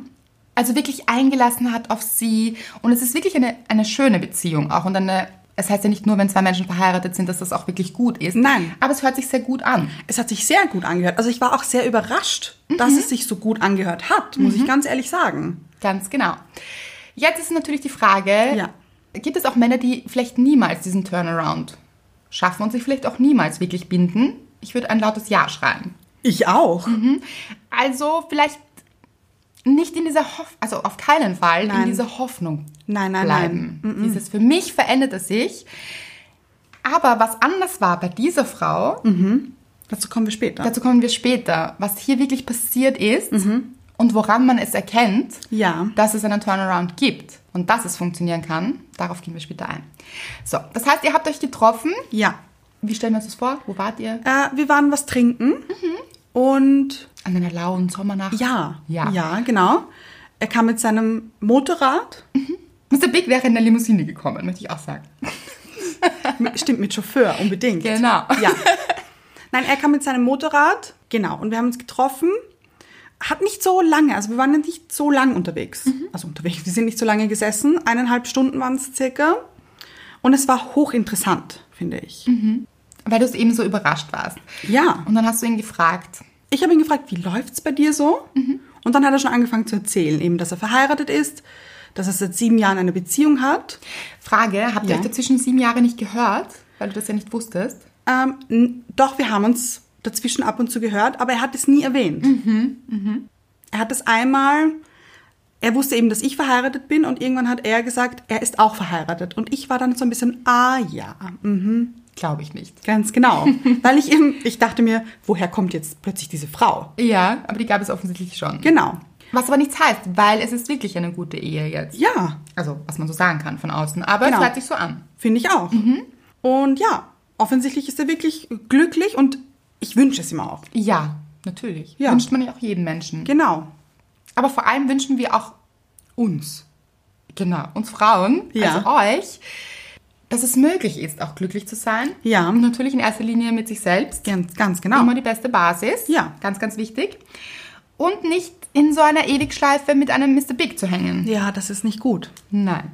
[SPEAKER 2] Also wirklich eingelassen hat auf sie. Und es ist wirklich eine, eine schöne Beziehung auch. Und eine, es heißt ja nicht nur, wenn zwei Menschen verheiratet sind, dass das auch wirklich gut ist.
[SPEAKER 1] Nein.
[SPEAKER 2] Aber es hört sich sehr gut an.
[SPEAKER 1] Es hat sich sehr gut angehört. Also ich war auch sehr überrascht, dass
[SPEAKER 2] Mhm.
[SPEAKER 1] es sich so gut angehört hat, muss ich ganz ehrlich sagen.
[SPEAKER 2] Ganz genau. Jetzt ist natürlich die Frage,
[SPEAKER 1] Ja.
[SPEAKER 2] gibt es auch Männer, die vielleicht niemals diesen Turnaround schaffen und sich vielleicht auch niemals wirklich binden? Ich würde ein lautes Ja schreien.
[SPEAKER 1] Ich auch.
[SPEAKER 2] Also vielleicht nicht in dieser Hoffnung, also auf keinen Fall
[SPEAKER 1] Nein.
[SPEAKER 2] in dieser Hoffnung
[SPEAKER 1] Nein, nein,
[SPEAKER 2] bleiben. Dieses für mich verändert es sich. Aber was anders war bei dieser Frau,
[SPEAKER 1] Mm. Dazu kommen wir später.
[SPEAKER 2] dazu kommen wir später, was hier wirklich passiert ist
[SPEAKER 1] Mhm.
[SPEAKER 2] und woran man es erkennt,
[SPEAKER 1] ja.
[SPEAKER 2] dass es einen Turnaround gibt und dass es funktionieren kann. Darauf gehen wir später ein. So, das heißt, ihr habt euch getroffen.
[SPEAKER 1] Ja.
[SPEAKER 2] Wie stellen wir uns das vor? Wo wart ihr?
[SPEAKER 1] Äh, wir waren was trinken
[SPEAKER 2] Mhm.
[SPEAKER 1] und
[SPEAKER 2] An einer lauen Sommernacht?
[SPEAKER 1] ja,
[SPEAKER 2] Ja.
[SPEAKER 1] ja, genau. Er kam mit seinem Motorrad,
[SPEAKER 2] Mr. Big wäre in der Limousine gekommen, möchte ich auch sagen.
[SPEAKER 1] mit, stimmt mit Chauffeur unbedingt.
[SPEAKER 2] Genau.
[SPEAKER 1] Ja. Nein, er kam mit seinem Motorrad, genau, und wir haben uns getroffen. Hat nicht so lange, also wir waren ja nicht so lang unterwegs. Also unterwegs, wir sind nicht so lange gesessen, eineinhalb Stunden waren es circa. Und es war hochinteressant, finde ich.
[SPEAKER 2] Weil du eben so überrascht warst.
[SPEAKER 1] Ja.
[SPEAKER 2] Und dann hast du ihn gefragt.
[SPEAKER 1] Ich habe ihn gefragt, wie läuft's bei dir so? Und dann hat er schon angefangen zu erzählen, eben, dass er verheiratet ist, dass er seit sieben Jahren eine Beziehung hat.
[SPEAKER 2] Frage, habt ihr
[SPEAKER 1] Ja.
[SPEAKER 2] euch dazwischen sieben Jahre nicht gehört? Weil du das ja nicht wusstest.
[SPEAKER 1] Ähm, n- doch, wir haben uns dazwischen ab und zu gehört, aber er hat es nie erwähnt. Mhm, Er hat es einmal, er wusste eben, dass ich verheiratet bin und irgendwann hat er gesagt, er ist auch verheiratet. Und ich war dann so ein bisschen, ah ja,
[SPEAKER 2] Glaube ich nicht.
[SPEAKER 1] ganz [laughs] genau. Weil ich eben, ich dachte mir, woher kommt jetzt plötzlich diese Frau?
[SPEAKER 2] Ja, aber die gab es offensichtlich schon.
[SPEAKER 1] Genau.
[SPEAKER 2] Was aber nichts heißt, weil es ist wirklich eine gute Ehe jetzt.
[SPEAKER 1] Ja,
[SPEAKER 2] Also, was man so sagen kann von außen. Aber
[SPEAKER 1] Genau.
[SPEAKER 2] es hört sich so an.
[SPEAKER 1] finde ich auch. Und ja, offensichtlich ist er wirklich glücklich und ich wünsche es ihm auch.
[SPEAKER 2] Ja, natürlich.
[SPEAKER 1] Ja.
[SPEAKER 2] Wünscht man ja auch jedem Menschen.
[SPEAKER 1] Genau.
[SPEAKER 2] Aber vor allem wünschen wir auch uns, genau, uns Frauen,
[SPEAKER 1] Ja.
[SPEAKER 2] also euch, dass es möglich ist, auch glücklich zu sein.
[SPEAKER 1] Ja.
[SPEAKER 2] Und natürlich in erster Linie mit sich selbst.
[SPEAKER 1] Ganz, ganz genau.
[SPEAKER 2] Immer die beste Basis.
[SPEAKER 1] Ja.
[SPEAKER 2] Ganz, ganz wichtig. Und nicht in so einer Ewigschleife mit einem Mr. Big zu hängen.
[SPEAKER 1] Ja, das ist nicht gut.
[SPEAKER 2] Nein.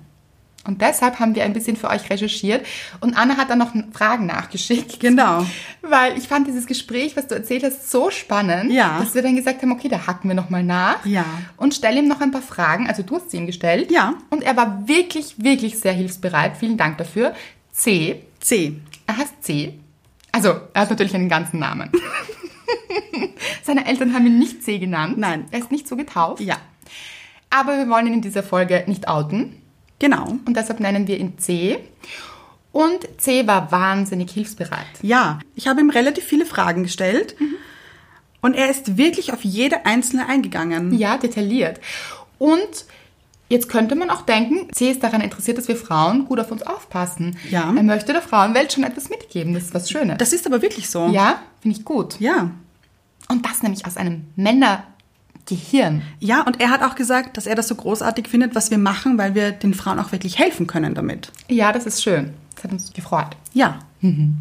[SPEAKER 2] Und deshalb haben wir ein bisschen für euch recherchiert. Und Anna hat dann noch Fragen nachgeschickt.
[SPEAKER 1] Genau.
[SPEAKER 2] [laughs] Weil ich fand dieses Gespräch, was du erzählt hast, so spannend,
[SPEAKER 1] Ja.
[SPEAKER 2] dass wir dann gesagt haben, okay, da hacken wir nochmal nach.
[SPEAKER 1] Ja.
[SPEAKER 2] Und stell ihm noch ein paar Fragen. Also du hast sie ihm gestellt.
[SPEAKER 1] Ja.
[SPEAKER 2] Und er war wirklich, wirklich sehr hilfsbereit. Vielen Dank dafür. C.
[SPEAKER 1] C.
[SPEAKER 2] Er heißt C. Also, er hat natürlich einen ganzen Namen. [laughs] Seine Eltern haben ihn nicht C genannt.
[SPEAKER 1] Nein.
[SPEAKER 2] Er ist nicht so getauft.
[SPEAKER 1] Ja,
[SPEAKER 2] Aber wir wollen ihn in dieser Folge nicht outen.
[SPEAKER 1] genau.
[SPEAKER 2] Und deshalb nennen wir ihn C. Und C war wahnsinnig hilfsbereit.
[SPEAKER 1] Ja, ich habe ihm relativ viele Fragen gestellt
[SPEAKER 2] Mhm.
[SPEAKER 1] und er ist wirklich auf jede einzelne eingegangen.
[SPEAKER 2] Ja, detailliert. Und jetzt könnte man auch denken, C ist daran interessiert, dass wir Frauen gut auf uns aufpassen.
[SPEAKER 1] Ja.
[SPEAKER 2] Er möchte der Frauenwelt schon etwas mitgeben. Das ist was Schönes.
[SPEAKER 1] Das ist aber wirklich so.
[SPEAKER 2] ja, finde ich gut.
[SPEAKER 1] Ja.
[SPEAKER 2] Und das nämlich aus einem Männergehirn.
[SPEAKER 1] Ja, und er hat auch gesagt, dass er das so großartig findet, was wir machen, weil wir den Frauen auch wirklich helfen können damit.
[SPEAKER 2] Ja, das ist schön. Das hat uns gefreut.
[SPEAKER 1] Ja.
[SPEAKER 2] Mhm.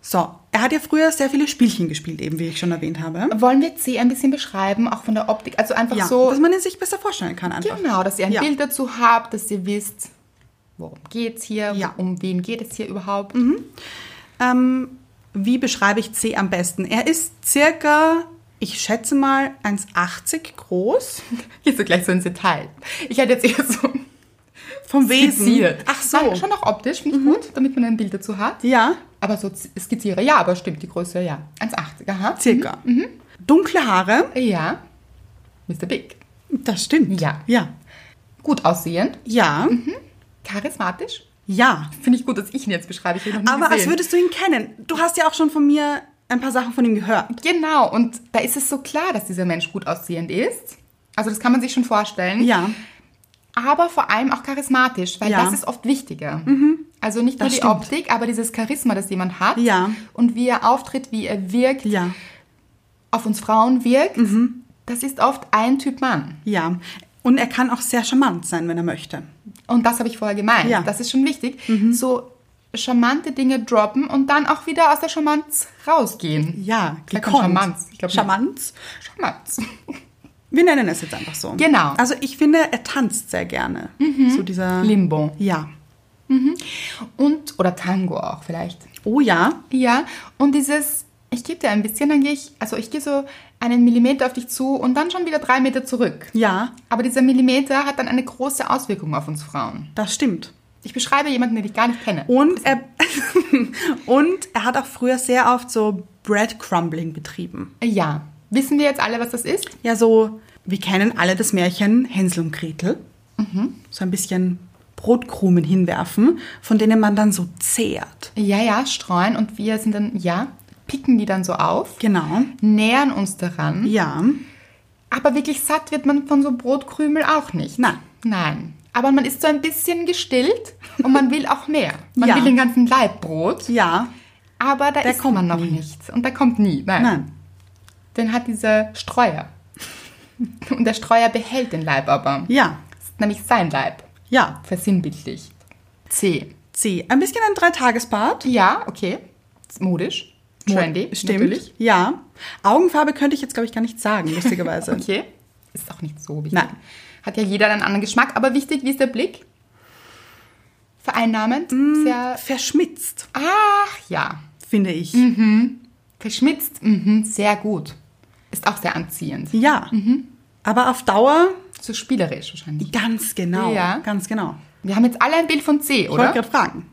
[SPEAKER 1] So, er hat ja früher sehr viele Spielchen gespielt, eben wie ich schon erwähnt habe.
[SPEAKER 2] Wollen wir C ein bisschen beschreiben, auch von der Optik? Also einfach
[SPEAKER 1] Ja,
[SPEAKER 2] so.
[SPEAKER 1] dass man es sich besser vorstellen kann einfach.
[SPEAKER 2] Genau, dass ihr ein
[SPEAKER 1] Ja.
[SPEAKER 2] Bild dazu habt, dass ihr wisst, worum geht's hier,
[SPEAKER 1] Ja.
[SPEAKER 2] um wen geht es hier überhaupt.
[SPEAKER 1] Ähm, wie beschreibe ich C am besten? Er ist circa, ich schätze mal, 1,80 groß.
[SPEAKER 2] [laughs] Gehst du gleich so ins Detail. Ich hätte jetzt eher so
[SPEAKER 1] Vom Wesen.
[SPEAKER 2] skizziert.
[SPEAKER 1] Ach so. Mhm.
[SPEAKER 2] Nein, schon auch optisch, finde ich gut, damit man ein Bild dazu hat.
[SPEAKER 1] Ja,
[SPEAKER 2] Aber so z- skizziere, ja, aber stimmt, die Größe, ja. 1,80, aha.
[SPEAKER 1] circa.
[SPEAKER 2] Mhm,
[SPEAKER 1] Dunkle Haare.
[SPEAKER 2] Ja, Mr. Big.
[SPEAKER 1] Das stimmt.
[SPEAKER 2] Ja. Mhm.
[SPEAKER 1] Ja.
[SPEAKER 2] Gut aussehend,
[SPEAKER 1] Ja.
[SPEAKER 2] charismatisch.
[SPEAKER 1] Ja.
[SPEAKER 2] Finde ich gut, dass ich ihn jetzt beschreibe. Ich habe ihn noch nie
[SPEAKER 1] Aber als
[SPEAKER 2] gesehen.
[SPEAKER 1] würdest du ihn kennen. Du hast ja auch schon von mir ein paar Sachen von ihm gehört.
[SPEAKER 2] Genau, und da ist es so klar, dass dieser Mensch gut aussehend ist. Also das kann man sich schon vorstellen.
[SPEAKER 1] Ja.
[SPEAKER 2] Aber vor allem auch charismatisch, weil
[SPEAKER 1] Ja. Mhm.
[SPEAKER 2] das ist oft wichtiger. Also nicht nur
[SPEAKER 1] Das
[SPEAKER 2] die
[SPEAKER 1] stimmt.
[SPEAKER 2] Optik, aber dieses Charisma, das jemand hat
[SPEAKER 1] Ja.
[SPEAKER 2] und wie er auftritt, wie er wirkt,
[SPEAKER 1] Ja. Mhm.
[SPEAKER 2] auf uns Frauen wirkt, das ist oft ein Typ Mann.
[SPEAKER 1] Ja. Und er kann auch sehr charmant sein, wenn er möchte.
[SPEAKER 2] Und das habe ich vorher gemeint.
[SPEAKER 1] Ja. Mhm.
[SPEAKER 2] Das ist schon wichtig. So charmante Dinge droppen und dann auch wieder aus der Charmanz rausgehen.
[SPEAKER 1] Ja,
[SPEAKER 2] Sagt man
[SPEAKER 1] gekonnt.
[SPEAKER 2] Charmanz? Ich glaube nicht.
[SPEAKER 1] Charmanz.
[SPEAKER 2] Charmanz.
[SPEAKER 1] Wir nennen es jetzt einfach so.
[SPEAKER 2] Genau. Mhm.
[SPEAKER 1] Also ich finde, er tanzt sehr gerne. So dieser...
[SPEAKER 2] Limbo.
[SPEAKER 1] ja.
[SPEAKER 2] Und, oder Tango auch vielleicht.
[SPEAKER 1] Oh ja.
[SPEAKER 2] Ja, und dieses, ich gebe dir ein bisschen, dann gehe ich, also ich gehe so einen Millimeter auf dich zu und dann schon wieder drei Meter zurück.
[SPEAKER 1] Ja,
[SPEAKER 2] Aber dieser Millimeter hat dann eine große Auswirkung auf uns Frauen.
[SPEAKER 1] das stimmt.
[SPEAKER 2] Ich beschreibe jemanden, den ich gar nicht kenne.
[SPEAKER 1] Und äh, er, [laughs] und er hat auch früher sehr oft so Breadcrumbling betrieben.
[SPEAKER 2] Äh, Ja, wissen wir jetzt alle, was das ist?
[SPEAKER 1] Ja, so, wir kennen alle das Märchen Hänsel und Gretel.
[SPEAKER 2] Mhm.
[SPEAKER 1] So ein bisschen Brotkrumen hinwerfen, von denen man dann so zehrt.
[SPEAKER 2] Ja, ja, streuen und wir sind dann, ja, picken die dann so auf,
[SPEAKER 1] Genau.
[SPEAKER 2] nähern uns daran.
[SPEAKER 1] Ja,
[SPEAKER 2] Aber wirklich satt wird man von so Brotkrümel auch nicht.
[SPEAKER 1] Nein.
[SPEAKER 2] Nein. Aber man ist so ein bisschen gestillt und man will auch mehr. Man
[SPEAKER 1] Ja.
[SPEAKER 2] will den ganzen Leib Brot.
[SPEAKER 1] ja,
[SPEAKER 2] Aber da
[SPEAKER 1] Der
[SPEAKER 2] ist
[SPEAKER 1] kommt
[SPEAKER 2] man noch
[SPEAKER 1] nie.
[SPEAKER 2] nichts. Und da kommt nie. Nein.
[SPEAKER 1] nein.
[SPEAKER 2] Den hat dieser Streuer. Und der Streuer behält den Leib aber.
[SPEAKER 1] Ja,
[SPEAKER 2] Das ist nämlich sein Leib.
[SPEAKER 1] ja.
[SPEAKER 2] Versinnbildlich. C.
[SPEAKER 1] C. Ein bisschen ein Dreitagesbart.
[SPEAKER 2] Ja, okay. Ist modisch. Trendy.
[SPEAKER 1] Stimmt.
[SPEAKER 2] Natürlich.
[SPEAKER 1] Ja. Augenfarbe könnte ich jetzt, glaube ich, gar nicht sagen, lustigerweise.
[SPEAKER 2] [laughs] Okay. Ist auch nicht so wichtig.
[SPEAKER 1] Nein.
[SPEAKER 2] Hat ja jeder einen anderen Geschmack. Aber wichtig, wie ist der Blick?
[SPEAKER 1] Mm.
[SPEAKER 2] Vereinnahmend. Sehr.
[SPEAKER 1] Verschmitzt.
[SPEAKER 2] Ach ja.
[SPEAKER 1] finde ich.
[SPEAKER 2] Mhm. Verschmitzt, mhm, sehr gut. Ist auch sehr anziehend.
[SPEAKER 1] Ja.
[SPEAKER 2] Mhm.
[SPEAKER 1] Aber auf Dauer
[SPEAKER 2] So spielerisch wahrscheinlich.
[SPEAKER 1] ganz genau.
[SPEAKER 2] Ja.
[SPEAKER 1] Ganz genau.
[SPEAKER 2] Wir haben jetzt alle ein Bild von C,
[SPEAKER 1] Ich wollte
[SPEAKER 2] oder?
[SPEAKER 1] gerade fragen.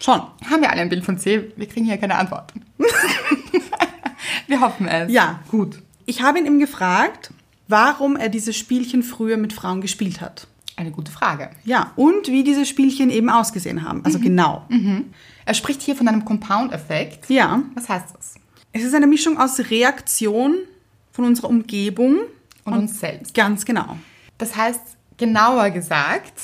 [SPEAKER 1] Schon.
[SPEAKER 2] Haben wir alle ein Bild von C? Wir kriegen hier keine Antwort.
[SPEAKER 1] [laughs]
[SPEAKER 2] wir hoffen es.
[SPEAKER 1] Ja, gut. Ich habe ihn eben gefragt, warum er dieses Spielchen früher mit Frauen gespielt hat.
[SPEAKER 2] Eine gute Frage.
[SPEAKER 1] Ja, und wie diese Spielchen eben ausgesehen haben.
[SPEAKER 2] Mhm.
[SPEAKER 1] Also genau.
[SPEAKER 2] Er spricht hier von einem Compound-Effekt.
[SPEAKER 1] Ja.
[SPEAKER 2] Was heißt das?
[SPEAKER 1] Es ist eine Mischung aus Reaktion von unserer Umgebung.
[SPEAKER 2] Und, uns selbst.
[SPEAKER 1] Ganz genau.
[SPEAKER 2] Das heißt, genauer gesagt,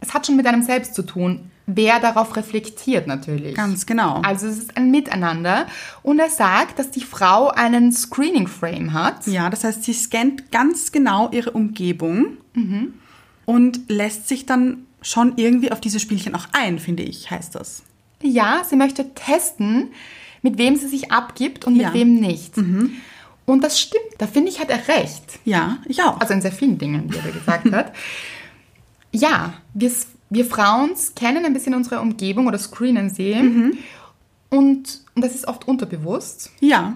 [SPEAKER 2] es hat schon mit einem selbst zu tun, wer darauf reflektiert natürlich.
[SPEAKER 1] Ganz genau.
[SPEAKER 2] Also es ist ein Miteinander. Und er sagt, dass die Frau einen Screening-Frame hat.
[SPEAKER 1] Ja, das heißt, sie scannt ganz genau ihre Umgebung
[SPEAKER 2] Mhm.
[SPEAKER 1] und lässt sich dann schon irgendwie auf diese Spielchen auch ein, finde ich, heißt das.
[SPEAKER 2] Ja, sie möchte testen, mit wem sie sich abgibt und mit
[SPEAKER 1] Ja. Mhm.
[SPEAKER 2] wem nicht. Und das stimmt. Da finde ich, hat er recht.
[SPEAKER 1] Ja, ich auch.
[SPEAKER 2] Also in sehr vielen Dingen, die er
[SPEAKER 1] [laughs]
[SPEAKER 2] da gesagt hat. Ja, wir, s- wir Frauen kennen ein bisschen unsere Umgebung oder screenen sie.
[SPEAKER 1] Mhm.
[SPEAKER 2] Und, und das ist oft unterbewusst.
[SPEAKER 1] ja,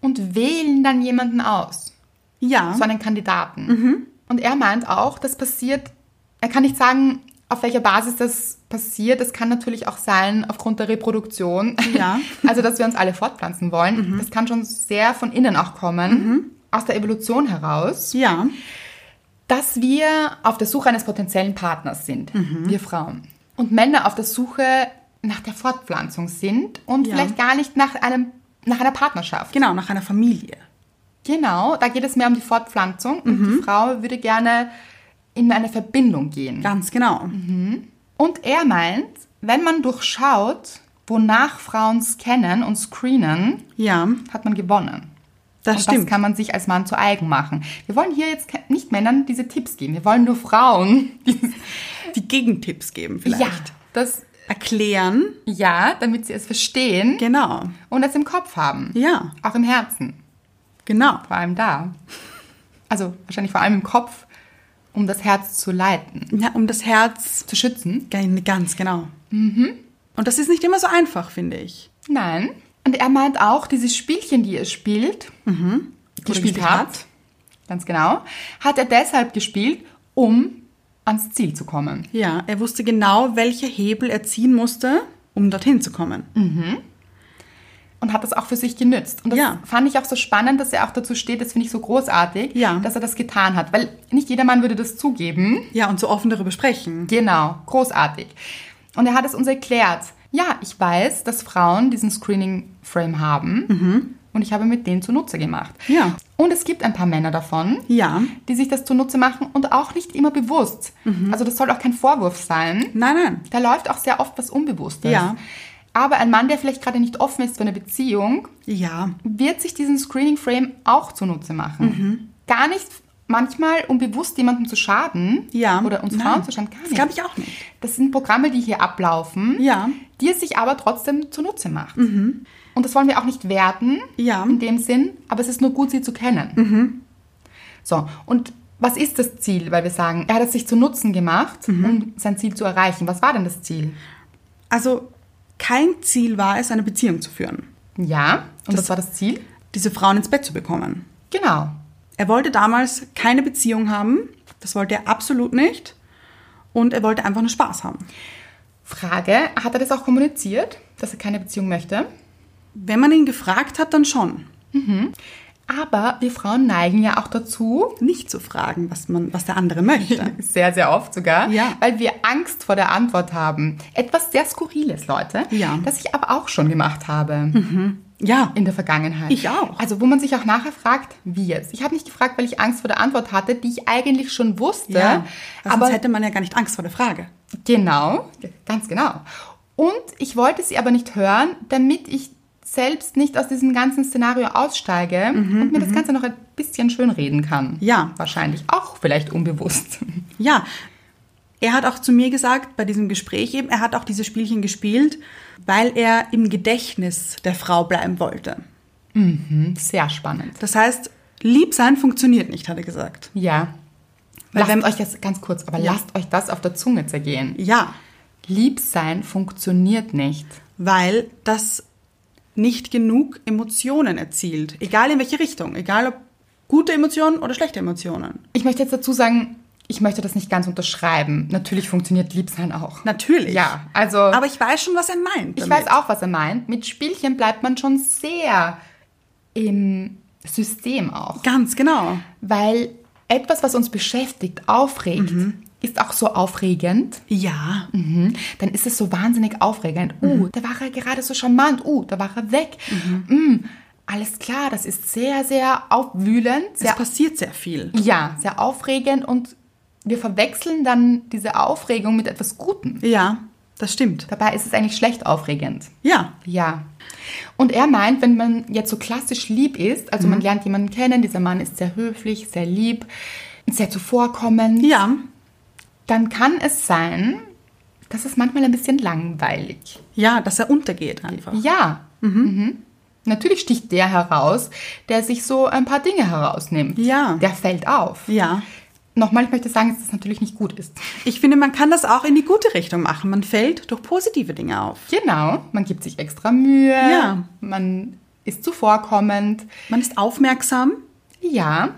[SPEAKER 2] Und wählen dann jemanden aus,
[SPEAKER 1] ja, Mhm.
[SPEAKER 2] so einen Kandidaten. Und er meint auch, das passiert, er kann nicht sagen, auf welcher Basis das passiert. Das kann natürlich auch sein aufgrund der Reproduktion.
[SPEAKER 1] Ja.
[SPEAKER 2] [laughs]
[SPEAKER 1] Mhm.
[SPEAKER 2] Also, dass wir uns alle fortpflanzen wollen. Das kann schon sehr von innen auch kommen, aus der Evolution heraus
[SPEAKER 1] ja,
[SPEAKER 2] dass wir auf der Suche eines potenziellen Partners sind,
[SPEAKER 1] Mhm.
[SPEAKER 2] wir Frauen. Und Männer auf der Suche nach der Fortpflanzung sind und
[SPEAKER 1] Ja.
[SPEAKER 2] vielleicht gar nicht nach, einem, nach einer Partnerschaft.
[SPEAKER 1] genau, nach einer Familie.
[SPEAKER 2] Genau, da geht es mehr um die Fortpflanzung und die
[SPEAKER 1] Mhm.
[SPEAKER 2] Frau würde gerne in eine Verbindung gehen.
[SPEAKER 1] Ganz genau.
[SPEAKER 2] Mhm. Und er meint, wenn man durchschaut, wonach Frauen scannen und screenen,
[SPEAKER 1] Ja,
[SPEAKER 2] hat man gewonnen.
[SPEAKER 1] das
[SPEAKER 2] und das
[SPEAKER 1] stimmt.
[SPEAKER 2] kann man sich als Mann zu eigen machen. Wir wollen hier jetzt ke- nicht Männern diese Tipps geben. Wir wollen nur Frauen dieses
[SPEAKER 1] Die Gegentipps geben vielleicht.
[SPEAKER 2] Ja, das,
[SPEAKER 1] Erklären,
[SPEAKER 2] ja, damit sie es verstehen
[SPEAKER 1] genau.
[SPEAKER 2] und es im Kopf haben.
[SPEAKER 1] Ja,
[SPEAKER 2] Auch im Herzen,
[SPEAKER 1] genau.
[SPEAKER 2] vor allem da. Also wahrscheinlich vor allem im Kopf, um das Herz zu leiten,
[SPEAKER 1] Ja, um das Herz,
[SPEAKER 2] zu schützen.
[SPEAKER 1] Gen- ganz genau.
[SPEAKER 2] Mhm.
[SPEAKER 1] Und das ist nicht immer so einfach, finde ich.
[SPEAKER 2] Nein. Und er meint auch, dieses Spielchen, die er spielt,
[SPEAKER 1] Mhm. Oder
[SPEAKER 2] gespielt
[SPEAKER 1] gespielt
[SPEAKER 2] hat,
[SPEAKER 1] hat.
[SPEAKER 2] ganz genau, hat er deshalb gespielt, um ans Ziel zu kommen.
[SPEAKER 1] Ja, er wusste genau, welche Hebel er ziehen musste, um dorthin zu kommen.
[SPEAKER 2] Mhm. und hat das auch für sich genützt. Und das
[SPEAKER 1] Ja.
[SPEAKER 2] fand ich auch so spannend, dass er auch dazu steht, das finde ich so großartig,
[SPEAKER 1] Ja.
[SPEAKER 2] dass er das getan hat. Weil nicht jedermann würde das zugeben.
[SPEAKER 1] Ja, und so offen darüber sprechen.
[SPEAKER 2] Genau, großartig. Und er hat es uns erklärt. Ja, ich weiß, dass Frauen diesen Screening-Frame haben und ich habe mit dem zunutze gemacht.
[SPEAKER 1] Mhm. Ja.
[SPEAKER 2] Und es gibt ein paar Männer davon,
[SPEAKER 1] Ja.
[SPEAKER 2] die sich das zunutze machen und auch nicht immer bewusst.
[SPEAKER 1] Mhm.
[SPEAKER 2] Also das soll auch kein Vorwurf sein.
[SPEAKER 1] Nein, nein.
[SPEAKER 2] Da läuft auch sehr oft was Unbewusstes.
[SPEAKER 1] Ja.
[SPEAKER 2] Aber ein Mann, der vielleicht gerade nicht offen ist für eine Beziehung,
[SPEAKER 1] Ja,
[SPEAKER 2] wird sich diesen Screening Frame auch zunutze machen.
[SPEAKER 1] Mhm.
[SPEAKER 2] Gar nicht manchmal, um bewusst jemandem zu schaden
[SPEAKER 1] ja.
[SPEAKER 2] oder uns
[SPEAKER 1] Nein.
[SPEAKER 2] Frauen zu schaden, gar
[SPEAKER 1] Das glaube
[SPEAKER 2] nicht.
[SPEAKER 1] ich auch nicht.
[SPEAKER 2] Das sind Programme, die hier ablaufen,
[SPEAKER 1] Ja. Mhm.
[SPEAKER 2] die es sich aber trotzdem zunutze macht. Und das wollen wir auch nicht werten
[SPEAKER 1] Ja. Mhm.
[SPEAKER 2] in dem Sinn, aber es ist nur gut, sie zu kennen. So, und was ist das Ziel? Weil wir sagen, er hat es sich zu Nutzen gemacht,
[SPEAKER 1] Mhm.
[SPEAKER 2] um sein Ziel zu erreichen. Was war denn das Ziel?
[SPEAKER 1] Also, kein Ziel war es, eine Beziehung zu führen.
[SPEAKER 2] Ja, und
[SPEAKER 1] Das-
[SPEAKER 2] das war das Ziel?
[SPEAKER 1] Diese Frauen ins Bett zu bekommen.
[SPEAKER 2] Genau.
[SPEAKER 1] Er wollte damals keine Beziehung haben. Das wollte er absolut nicht. Und er wollte einfach nur Spaß haben.
[SPEAKER 2] Frage, hat er das auch kommuniziert, dass er keine Beziehung möchte?
[SPEAKER 1] Wenn man ihn gefragt hat, dann schon.
[SPEAKER 2] Aber wir Frauen neigen ja auch dazu,
[SPEAKER 1] Nicht zu fragen, was, man, was der andere
[SPEAKER 2] [laughs]
[SPEAKER 1] möchte.
[SPEAKER 2] sehr, sehr oft sogar,
[SPEAKER 1] Ja.
[SPEAKER 2] weil wir Angst vor der Antwort haben. Etwas sehr Skurriles, Leute,
[SPEAKER 1] Ja.
[SPEAKER 2] das ich aber auch schon gemacht habe
[SPEAKER 1] Ja,
[SPEAKER 2] in der Vergangenheit.
[SPEAKER 1] Ich auch.
[SPEAKER 2] Also wo man sich auch nachher fragt, wie jetzt. Ich habe nicht gefragt, weil ich Angst vor der Antwort hatte, die ich eigentlich schon wusste.
[SPEAKER 1] ja. Aber
[SPEAKER 2] aber
[SPEAKER 1] sonst hätte man ja gar nicht Angst vor der Frage.
[SPEAKER 2] Genau, ganz genau. Und ich wollte sie aber nicht hören, damit ich selbst nicht aus diesem ganzen Szenario aussteige und mir das Ganze noch ein bisschen schön reden kann.
[SPEAKER 1] Mhm, Ja.
[SPEAKER 2] Wahrscheinlich auch vielleicht unbewusst. [laughs]
[SPEAKER 1] Ja, er hat auch zu mir gesagt, bei diesem Gespräch eben, er hat auch diese Spielchen gespielt, weil er im Gedächtnis der Frau bleiben wollte.
[SPEAKER 2] Sehr spannend.
[SPEAKER 1] Das heißt, lieb sein funktioniert nicht, hat er gesagt.
[SPEAKER 2] Ja.
[SPEAKER 1] Weil
[SPEAKER 2] lasst
[SPEAKER 1] wenn-
[SPEAKER 2] euch das ganz kurz, aber
[SPEAKER 1] Ja.
[SPEAKER 2] lasst euch das auf der Zunge zergehen.
[SPEAKER 1] Ja,
[SPEAKER 2] Lieb sein funktioniert nicht.
[SPEAKER 1] weil das nicht genug Emotionen erzielt. Egal in welche Richtung. Egal ob gute Emotionen oder schlechte Emotionen.
[SPEAKER 2] Ich möchte jetzt dazu sagen, ich möchte das nicht ganz unterschreiben. Natürlich funktioniert Liebsein auch.
[SPEAKER 1] Natürlich.
[SPEAKER 2] Ja, also
[SPEAKER 1] Aber ich weiß schon, was er meint.
[SPEAKER 2] ich
[SPEAKER 1] damit.
[SPEAKER 2] weiß auch, was er meint. Mit Spielchen bleibt man schon sehr im System auch.
[SPEAKER 1] Ganz genau.
[SPEAKER 2] Weil etwas, was uns beschäftigt, aufregt, ist auch so aufregend.
[SPEAKER 1] Ja.
[SPEAKER 2] Mhm. Dann ist es so wahnsinnig aufregend.
[SPEAKER 1] Mhm.
[SPEAKER 2] Uh, da war er gerade so charmant. Uh, da war er weg. Mm, alles klar, das ist sehr, sehr aufwühlend.
[SPEAKER 1] Es
[SPEAKER 2] Sehr,
[SPEAKER 1] passiert sehr viel.
[SPEAKER 2] ja, sehr aufregend und wir verwechseln dann diese Aufregung mit etwas Gutem.
[SPEAKER 1] Ja, das stimmt.
[SPEAKER 2] Dabei ist es eigentlich schlecht aufregend.
[SPEAKER 1] Ja.
[SPEAKER 2] Ja. Und er meint, wenn man jetzt so klassisch lieb ist, also
[SPEAKER 1] Mhm.
[SPEAKER 2] man lernt jemanden kennen, dieser Mann ist sehr höflich, sehr lieb, sehr zuvorkommend,
[SPEAKER 1] Ja.
[SPEAKER 2] dann kann es sein, dass es manchmal ein bisschen langweilig.
[SPEAKER 1] Ja, dass er untergeht einfach.
[SPEAKER 2] Ja. Mhm. Natürlich sticht der heraus, der sich so ein paar Dinge herausnimmt.
[SPEAKER 1] Ja.
[SPEAKER 2] Der fällt auf.
[SPEAKER 1] Ja.
[SPEAKER 2] Nochmal, ich möchte sagen, dass das natürlich nicht gut ist.
[SPEAKER 1] Ich finde, man kann das auch in die gute Richtung machen. Man fällt durch positive Dinge auf.
[SPEAKER 2] Genau, man gibt sich extra Mühe.
[SPEAKER 1] Ja.
[SPEAKER 2] Man ist zuvorkommend.
[SPEAKER 1] Man ist aufmerksam.
[SPEAKER 2] Ja,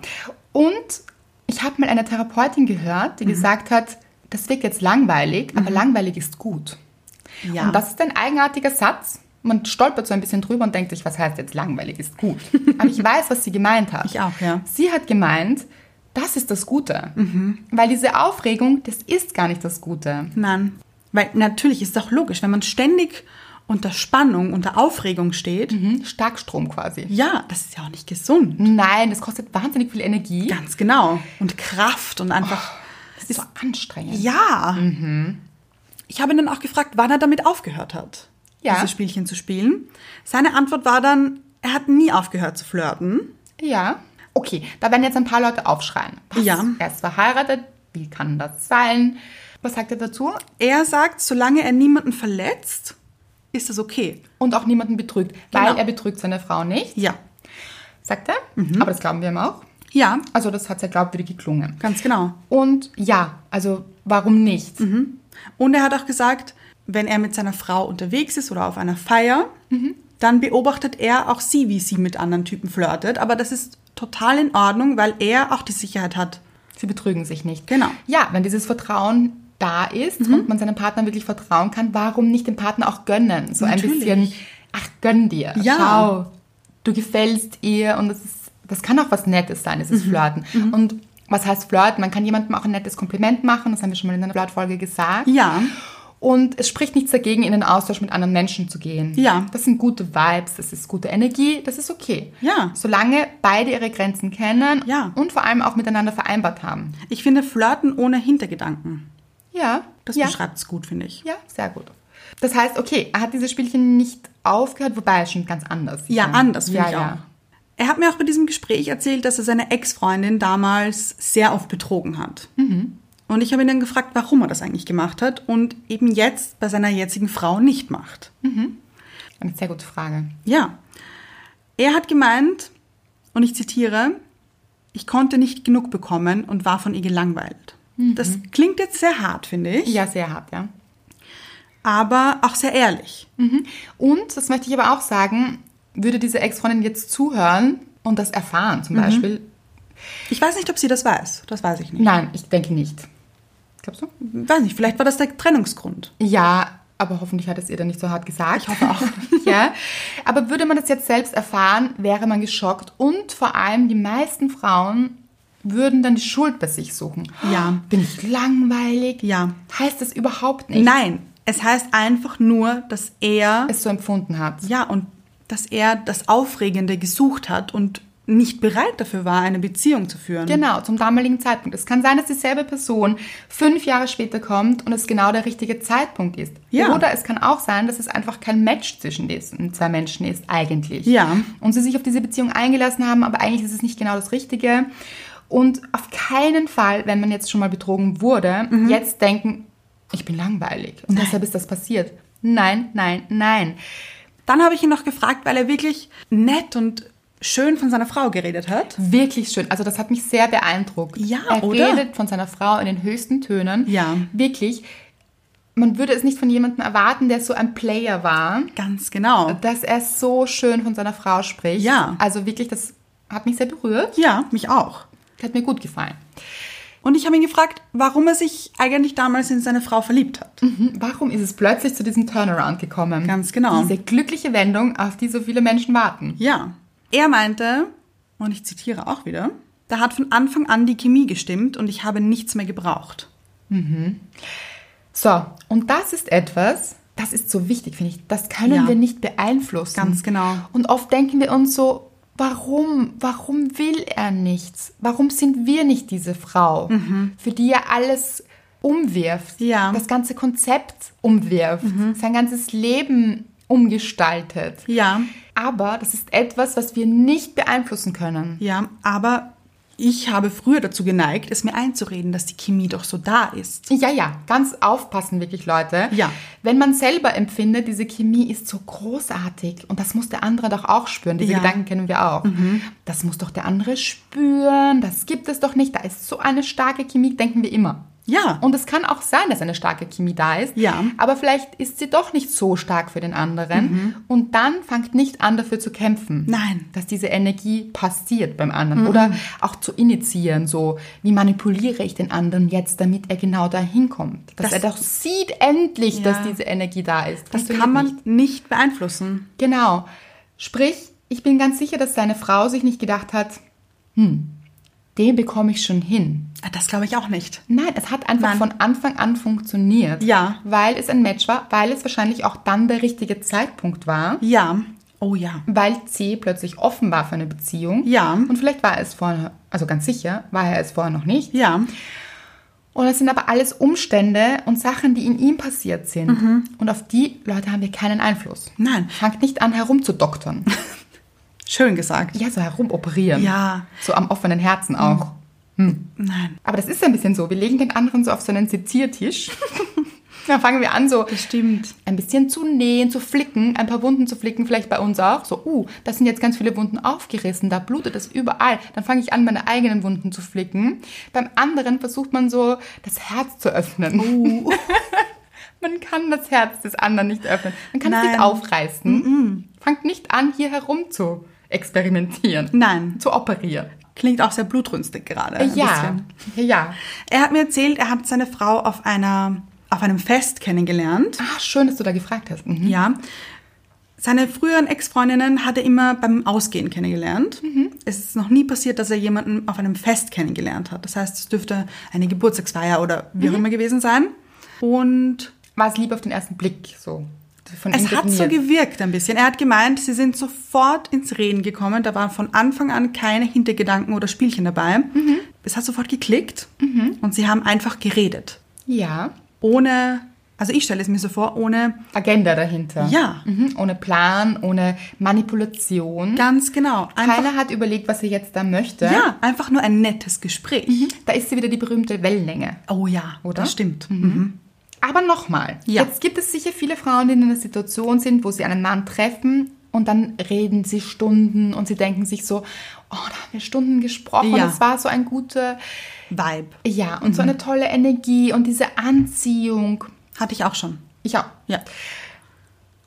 [SPEAKER 2] und ich habe mal eine Therapeutin gehört, die
[SPEAKER 1] Mhm.
[SPEAKER 2] gesagt hat, das wirkt jetzt langweilig, aber langweilig ist gut.
[SPEAKER 1] Ja.
[SPEAKER 2] Und das ist ein eigenartiger Satz. Man stolpert so ein bisschen drüber und denkt sich, was heißt jetzt langweilig
[SPEAKER 1] [laughs]
[SPEAKER 2] ist gut? aber ich weiß, was sie gemeint hat.
[SPEAKER 1] Ich auch, ja.
[SPEAKER 2] Sie hat gemeint, das ist das Gute.
[SPEAKER 1] Mhm.
[SPEAKER 2] Weil diese Aufregung, das ist gar nicht das Gute.
[SPEAKER 1] Nein. Weil natürlich ist auch logisch, wenn man ständig unter Spannung, unter Aufregung steht,
[SPEAKER 2] Mhm. Starkstrom quasi.
[SPEAKER 1] ja, das ist ja auch nicht gesund.
[SPEAKER 2] Nein, das kostet wahnsinnig viel Energie.
[SPEAKER 1] Ganz genau. Und Kraft und einfach.
[SPEAKER 2] Das ist so anstrengend.
[SPEAKER 1] Ja. Ich habe ihn dann auch gefragt, wann er damit aufgehört hat,
[SPEAKER 2] Ja.
[SPEAKER 1] diese Spielchen zu spielen. Seine Antwort war dann, er hat nie aufgehört zu flirten.
[SPEAKER 2] Ja. Okay, da werden jetzt ein paar Leute aufschreien. Was?
[SPEAKER 1] Ja.
[SPEAKER 2] Er ist verheiratet. Wie kann das sein? Was sagt er dazu?
[SPEAKER 1] Er sagt, solange er niemanden verletzt, ist das okay.
[SPEAKER 2] Und auch niemanden betrügt, weil
[SPEAKER 1] Genau.
[SPEAKER 2] er betrügt seine Frau nicht,
[SPEAKER 1] Ja. Mhm.
[SPEAKER 2] sagt er. Aber das glauben wir ihm auch.
[SPEAKER 1] Ja,
[SPEAKER 2] Also das hat sehr glaubwürdig geklungen.
[SPEAKER 1] ganz genau.
[SPEAKER 2] Und ja, also warum nicht?
[SPEAKER 1] Mhm. Und er hat auch gesagt, wenn er mit seiner Frau unterwegs ist oder auf einer Feier, dann beobachtet er auch sie, wie sie mit anderen Typen flirtet. Aber das ist total in Ordnung, weil er auch die Sicherheit hat.
[SPEAKER 2] Sie betrügen sich nicht.
[SPEAKER 1] Genau. Mhm.
[SPEAKER 2] Ja, wenn dieses Vertrauen da ist und man seinem Partner wirklich vertrauen kann, warum nicht dem Partner auch gönnen? So ein
[SPEAKER 1] Natürlich.
[SPEAKER 2] bisschen, ach, gönn dir.
[SPEAKER 1] Ja.
[SPEAKER 2] Schau, du gefällst ihr und das, ist, das kann auch was Nettes sein, das ist
[SPEAKER 1] Mhm.
[SPEAKER 2] Flirten. Und was heißt Flirten? Man kann jemandem auch ein nettes Kompliment machen, das haben wir schon mal in einer Flirtfolge gesagt.
[SPEAKER 1] Ja.
[SPEAKER 2] Und es spricht nichts dagegen, in den Austausch mit anderen Menschen zu gehen.
[SPEAKER 1] Ja.
[SPEAKER 2] Das sind gute Vibes, das ist gute Energie, das ist okay.
[SPEAKER 1] Ja.
[SPEAKER 2] Solange beide ihre Grenzen kennen
[SPEAKER 1] Ja.
[SPEAKER 2] und vor allem auch miteinander vereinbart haben.
[SPEAKER 1] Ich finde Flirten ohne Hintergedanken.
[SPEAKER 2] Ja,
[SPEAKER 1] Das
[SPEAKER 2] ja.
[SPEAKER 1] beschreibt es gut, finde ich.
[SPEAKER 2] Ja, sehr gut. Das heißt, okay, er hat dieses Spielchen nicht aufgehört, wobei es schon ganz anders.
[SPEAKER 1] Ja, anders finde
[SPEAKER 2] ja,
[SPEAKER 1] ich auch.
[SPEAKER 2] ja.
[SPEAKER 1] Er hat mir auch bei diesem Gespräch erzählt, dass er seine Ex-Freundin damals sehr oft betrogen hat.
[SPEAKER 2] Mhm.
[SPEAKER 1] Und ich habe ihn dann gefragt, warum er das eigentlich gemacht hat und eben jetzt bei seiner jetzigen Frau nicht macht.
[SPEAKER 2] Eine sehr gute Frage.
[SPEAKER 1] Ja. Er hat gemeint, und ich zitiere, ich konnte nicht genug bekommen und war von ihr gelangweilt. Das klingt jetzt sehr hart, finde ich,
[SPEAKER 2] Mhm. Ja, sehr hart, ja.
[SPEAKER 1] aber auch sehr ehrlich.
[SPEAKER 2] Mhm. Und, das möchte ich aber auch sagen, würde diese Ex-Freundin jetzt zuhören und das erfahren
[SPEAKER 1] Mhm.
[SPEAKER 2] zum Beispiel?
[SPEAKER 1] Ich weiß nicht, ob sie das weiß. Das weiß ich nicht.
[SPEAKER 2] Nein, ich denke nicht. Glaubst du?
[SPEAKER 1] Weiß nicht, vielleicht war das der Trennungsgrund.
[SPEAKER 2] Ja, aber hoffentlich hat es ihr dann nicht so hart gesagt. Ich hoffe auch. [laughs] ja. Aber würde man das jetzt selbst erfahren, wäre man geschockt. Und vor allem die meisten Frauen würden dann die Schuld bei sich suchen.
[SPEAKER 1] Ja.
[SPEAKER 2] Bin ich langweilig?
[SPEAKER 1] Ja.
[SPEAKER 2] Heißt das überhaupt nicht?
[SPEAKER 1] Nein, es heißt einfach nur, dass er
[SPEAKER 2] Es so empfunden hat.
[SPEAKER 1] ja und dass er das Aufregende gesucht hat und nicht bereit dafür war, eine Beziehung zu führen.
[SPEAKER 2] Genau, zum damaligen Zeitpunkt. Es kann sein, dass dieselbe Person fünf Jahre später kommt und es genau der richtige Zeitpunkt ist.
[SPEAKER 1] Ja.
[SPEAKER 2] Oder es kann auch sein, dass es einfach kein Match zwischen diesen zwei Menschen ist, eigentlich.
[SPEAKER 1] Ja.
[SPEAKER 2] Und sie sich auf diese Beziehung eingelassen haben, aber eigentlich ist es nicht genau das Richtige. Und auf keinen Fall, wenn man jetzt schon mal betrogen wurde,
[SPEAKER 1] Mhm.
[SPEAKER 2] jetzt denken, ich bin langweilig und deshalb ist das passiert. Nein, nein, nein.
[SPEAKER 1] Dann habe ich ihn noch gefragt, weil er wirklich nett und schön von seiner Frau geredet hat.
[SPEAKER 2] Wirklich schön. Also das hat mich sehr beeindruckt.
[SPEAKER 1] Ja,
[SPEAKER 2] er
[SPEAKER 1] oder?
[SPEAKER 2] redet von seiner Frau in den höchsten Tönen.
[SPEAKER 1] Ja.
[SPEAKER 2] Wirklich. man würde es nicht von jemandem erwarten, der so ein Player war,
[SPEAKER 1] Ganz genau.
[SPEAKER 2] dass er so schön von seiner Frau spricht.
[SPEAKER 1] Ja.
[SPEAKER 2] Also wirklich, das hat mich sehr berührt.
[SPEAKER 1] Ja, mich auch.
[SPEAKER 2] Hat mir gut gefallen.
[SPEAKER 1] Und ich habe ihn gefragt, warum er sich eigentlich damals in seine Frau verliebt hat.
[SPEAKER 2] Mhm. Warum ist es plötzlich zu diesem Turnaround gekommen?
[SPEAKER 1] Ganz genau.
[SPEAKER 2] Diese glückliche Wendung, auf die so viele Menschen warten.
[SPEAKER 1] Ja. Er meinte, und ich zitiere auch wieder, da hat von Anfang an die Chemie gestimmt und ich habe nichts mehr gebraucht.
[SPEAKER 2] So, und das ist etwas, das ist so wichtig, finde ich. Das können
[SPEAKER 1] Ja.
[SPEAKER 2] wir nicht beeinflussen.
[SPEAKER 1] Ganz genau.
[SPEAKER 2] Und oft denken wir uns so, warum, warum will er nichts? Warum sind wir nicht diese Frau, für die er alles umwirft,
[SPEAKER 1] Mhm. Ja. Mhm.
[SPEAKER 2] das ganze Konzept umwirft, sein ganzes Leben umgestaltet?
[SPEAKER 1] Ja.
[SPEAKER 2] Aber das ist etwas, was wir nicht beeinflussen können.
[SPEAKER 1] Ja, aber ich habe früher dazu geneigt, es mir einzureden, dass die Chemie doch so da ist.
[SPEAKER 2] Ja, ja, ganz aufpassen wirklich, Leute.
[SPEAKER 1] Ja.
[SPEAKER 2] Wenn man selber empfindet, diese Chemie ist so großartig und das muss der andere doch auch spüren. Diese
[SPEAKER 1] Ja. Mhm.
[SPEAKER 2] Gedanken kennen wir auch. Das muss doch der andere spüren. Das gibt es doch nicht. Da ist so eine starke Chemie, denken wir immer.
[SPEAKER 1] Ja.
[SPEAKER 2] Und es kann auch sein, dass eine starke Chemie da ist.
[SPEAKER 1] Ja.
[SPEAKER 2] Aber vielleicht ist sie doch nicht so stark für den anderen. Und dann fangt nicht an, dafür zu kämpfen.
[SPEAKER 1] Mhm. Nein. Mhm.
[SPEAKER 2] Dass diese Energie passiert beim anderen. Oder auch zu initiieren, so wie manipuliere ich den anderen jetzt, damit er genau dahin kommt. Dass
[SPEAKER 1] Das-
[SPEAKER 2] er doch sieht endlich,
[SPEAKER 1] Ja.
[SPEAKER 2] dass diese Energie da ist.
[SPEAKER 1] Das
[SPEAKER 2] Funktioniert
[SPEAKER 1] kann man
[SPEAKER 2] nicht.
[SPEAKER 1] nicht. beeinflussen.
[SPEAKER 2] Genau. Sprich, ich bin ganz sicher, dass seine Frau sich nicht gedacht hat, hm, den bekomme ich schon hin.
[SPEAKER 1] Ah, Das glaube ich auch nicht.
[SPEAKER 2] Nein, es hat einfach
[SPEAKER 1] Nein.
[SPEAKER 2] von Anfang an funktioniert.
[SPEAKER 1] Ja.
[SPEAKER 2] Weil es ein Match war, weil es wahrscheinlich auch dann der richtige Zeitpunkt war,
[SPEAKER 1] Ja. Oh ja.
[SPEAKER 2] weil C plötzlich offen war für eine Beziehung.
[SPEAKER 1] Ja.
[SPEAKER 2] Und vielleicht war er es vorher, also ganz sicher, war er es vorher noch nicht.
[SPEAKER 1] Ja.
[SPEAKER 2] Und es sind aber alles Umstände und Sachen, die in ihm passiert sind. Und auf die Leute haben wir keinen Einfluss.
[SPEAKER 1] Mhm. Nein.
[SPEAKER 2] Fangt nicht an, herumzudoktern.
[SPEAKER 1] Schön gesagt.
[SPEAKER 2] ja, so herumoperieren.
[SPEAKER 1] Ja.
[SPEAKER 2] So am offenen Herzen auch. Hm.
[SPEAKER 1] Nein.
[SPEAKER 2] Aber das ist ein bisschen so. Wir legen den anderen so auf
[SPEAKER 1] [laughs]
[SPEAKER 2] seinen Seziertisch. Dann fangen wir an, so
[SPEAKER 1] Das stimmt.
[SPEAKER 2] ein bisschen zu nähen, zu flicken, ein paar Wunden zu flicken, vielleicht bei uns auch. So, uh, da sind jetzt ganz viele Wunden aufgerissen, da blutet es überall. Dann fange ich an, meine eigenen Wunden zu flicken. Beim anderen versucht man so, das Herz zu öffnen.
[SPEAKER 1] Uh.
[SPEAKER 2] [laughs] man kann das Herz des anderen nicht öffnen. Man kann es
[SPEAKER 1] Nein.
[SPEAKER 2] nicht aufreißen. Fangt nicht an, hier herum zu experimentieren.
[SPEAKER 1] Nein.
[SPEAKER 2] Zu operieren.
[SPEAKER 1] Klingt auch sehr blutrünstig gerade. ein
[SPEAKER 2] ja.
[SPEAKER 1] bisschen.
[SPEAKER 2] Ja.
[SPEAKER 1] Er hat mir erzählt, er hat seine Frau auf einer auf einem Fest kennengelernt.
[SPEAKER 2] Ah, schön, dass du da gefragt hast. Mhm.
[SPEAKER 1] Ja. Seine früheren Ex-Freundinnen hat er immer beim Ausgehen kennengelernt. Es ist noch nie passiert, dass er jemanden auf einem Fest kennengelernt hat. Das heißt, es dürfte eine Geburtstagsfeier oder wie auch immer gewesen sein. Und
[SPEAKER 2] War es lieber auf den ersten Blick so? Von
[SPEAKER 1] es
[SPEAKER 2] ihm
[SPEAKER 1] hat so
[SPEAKER 2] definiert.
[SPEAKER 1] gewirkt ein bisschen. Er hat gemeint, sie sind sofort ins Reden gekommen. Da waren von Anfang an keine Hintergedanken oder Spielchen dabei. Es hat sofort geklickt und sie haben einfach geredet.
[SPEAKER 2] Ja.
[SPEAKER 1] Ohne, also ich stelle es mir so vor, ohne
[SPEAKER 2] Agenda dahinter.
[SPEAKER 1] Ja.
[SPEAKER 2] Mhm. Ohne Plan, ohne Manipulation.
[SPEAKER 1] ganz genau. Einfach,
[SPEAKER 2] Keiner hat überlegt, was er jetzt da möchte.
[SPEAKER 1] ja, einfach nur ein nettes Gespräch.
[SPEAKER 2] Da ist sie wieder die berühmte Wellenlänge.
[SPEAKER 1] Oh ja,
[SPEAKER 2] Oder?
[SPEAKER 1] das stimmt. Mhm.
[SPEAKER 2] Aber nochmal,
[SPEAKER 1] Ja.
[SPEAKER 2] jetzt gibt es sicher viele Frauen, die in einer Situation sind, wo sie einen Mann treffen und dann reden sie Stunden und sie denken sich so, oh, da haben wir Stunden gesprochen,
[SPEAKER 1] Ja. Mhm.
[SPEAKER 2] das war so ein guter,
[SPEAKER 1] Vibe
[SPEAKER 2] ja, und so eine tolle Energie und diese Anziehung.
[SPEAKER 1] hatte ich auch schon.
[SPEAKER 2] Ich auch.
[SPEAKER 1] Ja,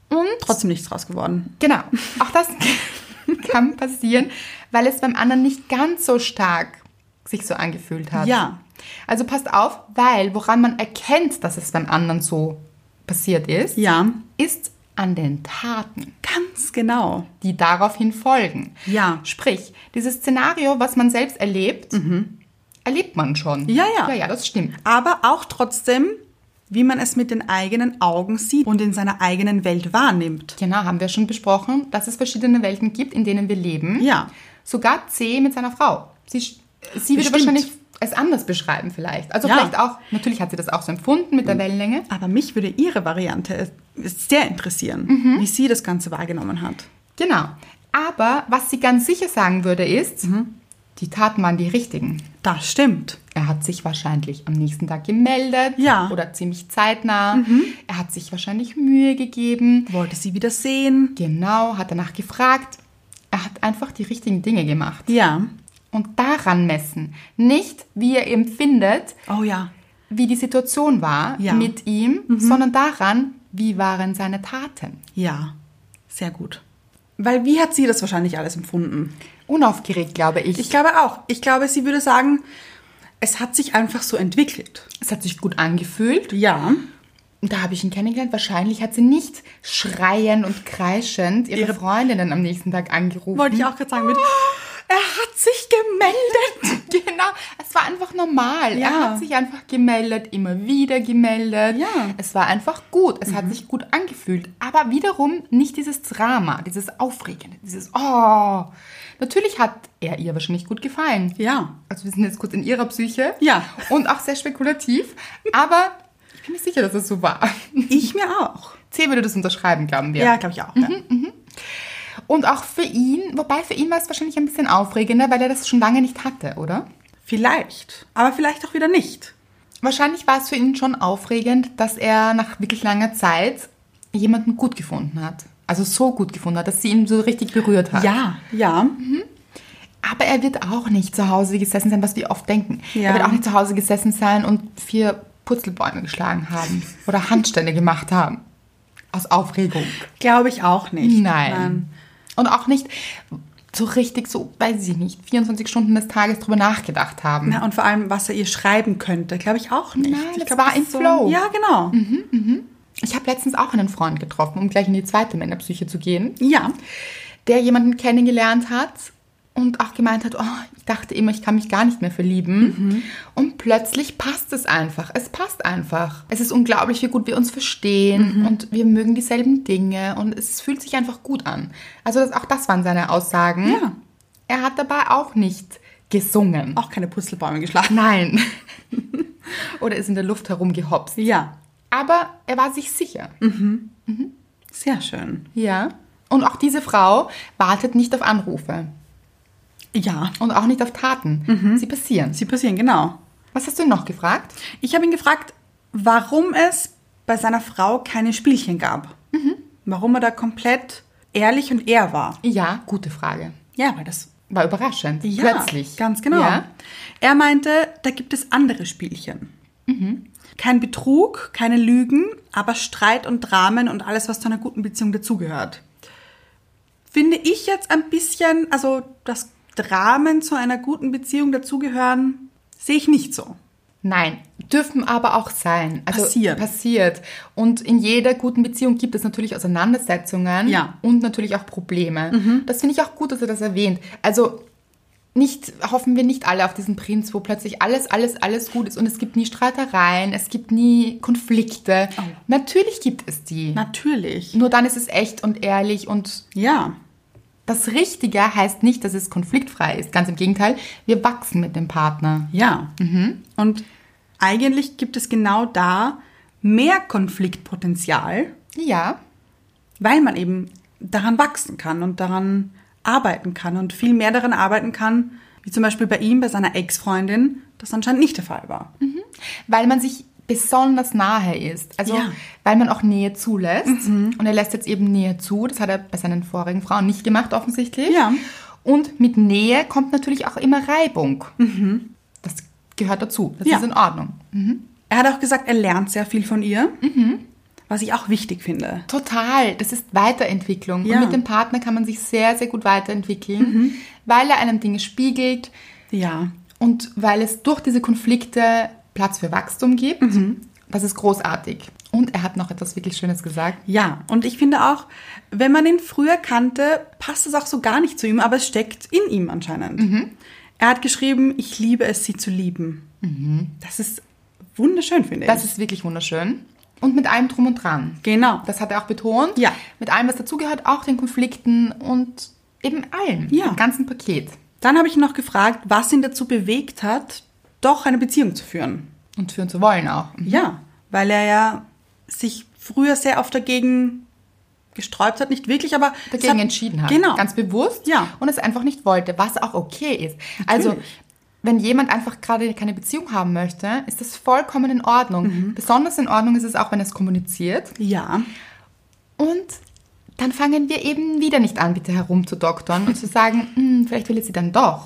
[SPEAKER 2] Und
[SPEAKER 1] trotzdem nichts draus geworden.
[SPEAKER 2] Genau, auch das [laughs] kann passieren, weil es beim anderen nicht ganz so stark sich so angefühlt hat.
[SPEAKER 1] Ja.
[SPEAKER 2] Also passt auf, weil woran man erkennt, dass es beim anderen so passiert ist,
[SPEAKER 1] Ja,
[SPEAKER 2] ist an den Taten,
[SPEAKER 1] ganz genau.
[SPEAKER 2] die daraufhin folgen.
[SPEAKER 1] Ja.
[SPEAKER 2] Sprich, dieses Szenario, was man selbst erlebt, erlebt man schon.
[SPEAKER 1] Mhm. Ja, ja.
[SPEAKER 2] Ja, ja, das stimmt.
[SPEAKER 1] Aber auch trotzdem, wie man es mit den eigenen Augen sieht und in seiner eigenen Welt wahrnimmt.
[SPEAKER 2] Genau, haben wir schon besprochen, dass es verschiedene Welten gibt, in denen wir leben.
[SPEAKER 1] Ja.
[SPEAKER 2] Sogar C mit seiner Frau. Sie, sch- sie würde
[SPEAKER 1] Bestimmt.
[SPEAKER 2] wahrscheinlich es anders beschreiben vielleicht. Also
[SPEAKER 1] Ja. Mhm.
[SPEAKER 2] vielleicht auch, natürlich hat sie das auch so empfunden mit der Wellenlänge.
[SPEAKER 1] Aber mich würde Ihre Variante sehr interessieren, wie sie das Ganze wahrgenommen hat.
[SPEAKER 2] Genau. Aber was sie ganz sicher sagen würde ist,
[SPEAKER 1] Mhm.
[SPEAKER 2] die Taten waren die richtigen.
[SPEAKER 1] Das stimmt.
[SPEAKER 2] Er hat sich wahrscheinlich am nächsten Tag gemeldet
[SPEAKER 1] Ja. Mhm.
[SPEAKER 2] oder ziemlich zeitnah. Er hat sich wahrscheinlich Mühe gegeben.
[SPEAKER 1] Wollte sie wieder sehen?
[SPEAKER 2] Genau, hat danach gefragt. Er hat einfach die richtigen Dinge gemacht.
[SPEAKER 1] Ja.
[SPEAKER 2] Und daran messen. Nicht, wie ihr empfindet,
[SPEAKER 1] Oh ja.
[SPEAKER 2] wie die Situation war
[SPEAKER 1] Ja.
[SPEAKER 2] mit ihm, sondern daran, wie waren seine Taten.
[SPEAKER 1] Ja, sehr gut. Weil wie hat sie das wahrscheinlich alles empfunden?
[SPEAKER 2] Unaufgeregt, glaube ich.
[SPEAKER 1] Ich glaube auch. Ich glaube, sie würde sagen, es hat sich einfach so entwickelt.
[SPEAKER 2] Es hat sich gut angefühlt.
[SPEAKER 1] Ja.
[SPEAKER 2] Und da habe ich ihn kennengelernt. Wahrscheinlich hat sie nicht schreiend und kreischend ihre,
[SPEAKER 1] Ihre-
[SPEAKER 2] Freundinnen am nächsten Tag angerufen.
[SPEAKER 1] Wollte ich auch gerade sagen. Mit, er hat sich gemeldet.
[SPEAKER 2] [laughs] Genau, es war einfach normal. Er
[SPEAKER 1] Ja.
[SPEAKER 2] hat sich einfach gemeldet, immer wieder gemeldet.
[SPEAKER 1] Ja. Mhm.
[SPEAKER 2] Es war einfach gut. Es hat sich gut angefühlt. Aber wiederum nicht dieses Drama, dieses Aufregende, dieses Oh. Natürlich hat er ihr wahrscheinlich gut gefallen.
[SPEAKER 1] Ja.
[SPEAKER 2] Also wir sind jetzt kurz in ihrer Psyche.
[SPEAKER 1] Ja.
[SPEAKER 2] Und auch sehr spekulativ. aber ich bin mir sicher, dass es so war.
[SPEAKER 1] Ich mir auch.
[SPEAKER 2] C würde das unterschreiben, glauben wir.
[SPEAKER 1] Ja, Mhm. glaube ich auch. ja.
[SPEAKER 2] Und auch für ihn, wobei für ihn war es wahrscheinlich ein bisschen aufregender, weil er das schon lange nicht hatte, oder?
[SPEAKER 1] Vielleicht. Aber vielleicht auch wieder nicht.
[SPEAKER 2] Wahrscheinlich war es für ihn schon aufregend, dass er nach wirklich langer Zeit jemanden gut gefunden hat. Also so gut gefunden hat, dass sie ihn so richtig berührt hat.
[SPEAKER 1] Ja. Ja.
[SPEAKER 2] Aber er wird auch nicht zu Hause gesessen sein, was wir oft denken.
[SPEAKER 1] Ja.
[SPEAKER 2] Er wird auch nicht zu Hause gesessen sein und vier Purzelbäume geschlagen haben oder Handstände gemacht haben. Aus Aufregung.
[SPEAKER 1] Glaube ich auch nicht.
[SPEAKER 2] Nein. Und auch nicht so richtig so, weiß ich nicht, 24 Stunden des Tages drüber nachgedacht haben.
[SPEAKER 1] Na, und vor allem, was er ihr schreiben könnte, glaube ich auch nicht.
[SPEAKER 2] Nein,
[SPEAKER 1] ich
[SPEAKER 2] das
[SPEAKER 1] glaub,
[SPEAKER 2] war im
[SPEAKER 1] ist
[SPEAKER 2] Flow.
[SPEAKER 1] Ja, genau.
[SPEAKER 2] Ich habe letztens auch einen Freund getroffen, um gleich in die zweite Männerpsyche zu gehen.
[SPEAKER 1] Ja.
[SPEAKER 2] der jemanden kennengelernt hat und auch gemeint hat, oh, ich dachte immer, ich kann mich gar nicht mehr verlieben. Und plötzlich passt es einfach. Es passt einfach. Es ist unglaublich, wie gut wir uns verstehen und wir mögen dieselben Dinge und es fühlt sich einfach gut an. Also das, auch das waren seine Aussagen.
[SPEAKER 1] Ja. Oh.
[SPEAKER 2] Er hat dabei auch nicht gesungen.
[SPEAKER 1] Auch keine Purzelbäume geschlagen.
[SPEAKER 2] Nein. Oder ist in der Luft herumgehopst.
[SPEAKER 1] Ja.
[SPEAKER 2] Aber er war sich sicher.
[SPEAKER 1] Sehr schön.
[SPEAKER 2] Ja. Und auch diese Frau wartet nicht auf Anrufe.
[SPEAKER 1] Ja.
[SPEAKER 2] Und auch nicht auf Taten.
[SPEAKER 1] Mhm.
[SPEAKER 2] Sie passieren.
[SPEAKER 1] Sie passieren, genau.
[SPEAKER 2] Was hast du noch gefragt?
[SPEAKER 1] Ich habe ihn gefragt, warum es bei seiner Frau keine Spielchen gab. Warum er da komplett ehrlich und er war.
[SPEAKER 2] Ja, gute Frage.
[SPEAKER 1] Ja, weil das
[SPEAKER 2] War überraschend.
[SPEAKER 1] ja,
[SPEAKER 2] Plötzlich.
[SPEAKER 1] Ganz genau.
[SPEAKER 2] Ja.
[SPEAKER 1] Er meinte, da gibt es andere Spielchen. Mhm. Kein Betrug, keine Lügen, aber Streit und Dramen und alles, was zu einer guten Beziehung dazugehört. Finde ich jetzt ein bisschen, also dass Dramen zu einer guten Beziehung dazugehören, sehe ich nicht so.
[SPEAKER 2] Nein, dürfen aber auch sein. Also
[SPEAKER 1] Passieren.
[SPEAKER 2] passiert. Und in jeder guten Beziehung gibt es natürlich Auseinandersetzungen
[SPEAKER 1] Ja. Mhm.
[SPEAKER 2] und natürlich auch Probleme. Das finde ich auch gut, dass er das erwähnt. Also nicht, hoffen wir nicht alle auf diesen Prinz, wo plötzlich alles, alles, alles gut ist und es gibt nie Streitereien, es gibt nie Konflikte.
[SPEAKER 1] Oh.
[SPEAKER 2] Natürlich gibt es die.
[SPEAKER 1] Natürlich.
[SPEAKER 2] Nur dann ist es echt und ehrlich und
[SPEAKER 1] Ja.
[SPEAKER 2] Das Richtige heißt nicht, dass es konfliktfrei ist. Ganz im Gegenteil, wir wachsen mit dem Partner.
[SPEAKER 1] Ja. Mhm. Und eigentlich gibt es genau da mehr Konfliktpotenzial,
[SPEAKER 2] Ja,
[SPEAKER 1] weil man eben daran wachsen kann und daran arbeiten kann und viel mehr daran arbeiten kann, wie zum Beispiel bei ihm, bei seiner Ex-Freundin, das anscheinend nicht der Fall war.
[SPEAKER 2] weil man sich besonders nahe ist. Also,
[SPEAKER 1] Ja. Mhm.
[SPEAKER 2] weil man auch Nähe zulässt. Und er lässt jetzt eben Nähe zu. Das hat er bei seinen vorigen Frauen nicht gemacht, offensichtlich.
[SPEAKER 1] Ja.
[SPEAKER 2] Und mit Nähe kommt natürlich auch immer Reibung. Das gehört dazu. Das
[SPEAKER 1] Mhm. Ja.
[SPEAKER 2] ist in Ordnung.
[SPEAKER 1] Er hat auch gesagt, er lernt sehr viel von ihr, was ich auch wichtig finde.
[SPEAKER 2] Total, das ist Weiterentwicklung.
[SPEAKER 1] Ja. Mhm.
[SPEAKER 2] Und mit dem Partner kann man sich sehr, sehr gut weiterentwickeln, weil er einem Dinge spiegelt,
[SPEAKER 1] Ja.
[SPEAKER 2] Und weil es durch diese Konflikte Platz für Wachstum gibt,
[SPEAKER 1] Mhm.
[SPEAKER 2] das ist großartig. Und er hat noch etwas wirklich Schönes gesagt.
[SPEAKER 1] Ja, und ich finde auch, wenn man ihn früher kannte, passt es auch so gar nicht zu ihm, aber es steckt in ihm anscheinend.
[SPEAKER 2] Mhm.
[SPEAKER 1] Er hat geschrieben, ich liebe es, sie zu lieben. Das ist wunderschön, finde
[SPEAKER 2] Mhm. Das
[SPEAKER 1] ich.
[SPEAKER 2] ist wirklich wunderschön. Und mit allem drum und dran.
[SPEAKER 1] Genau.
[SPEAKER 2] Das hat er auch betont.
[SPEAKER 1] Ja.
[SPEAKER 2] Mit allem, was dazugehört, auch den Konflikten und eben allem.
[SPEAKER 1] Ja.
[SPEAKER 2] Im ganzen Paket.
[SPEAKER 1] Dann habe ich ihn noch gefragt, was ihn dazu bewegt hat, doch eine Beziehung zu führen.
[SPEAKER 2] Und führen zu wollen auch.
[SPEAKER 1] Ja, weil er ja sich früher sehr oft dagegen gesträubt hat, nicht wirklich, aber es
[SPEAKER 2] dagegen
[SPEAKER 1] hat,
[SPEAKER 2] entschieden hat.
[SPEAKER 1] Genau.
[SPEAKER 2] Ganz bewusst.
[SPEAKER 1] Ja.
[SPEAKER 2] Und es einfach nicht wollte, was auch okay ist. Also, wenn jemand einfach gerade keine Beziehung haben möchte, ist das vollkommen in
[SPEAKER 1] Mhm.
[SPEAKER 2] Ordnung. Besonders in Ordnung ist es auch, wenn er es kommuniziert.
[SPEAKER 1] ja,
[SPEAKER 2] Und dann fangen wir eben wieder nicht an, bitte herumzudoktern und zu sagen, [laughs] "Hm, vielleicht will er sie dann doch.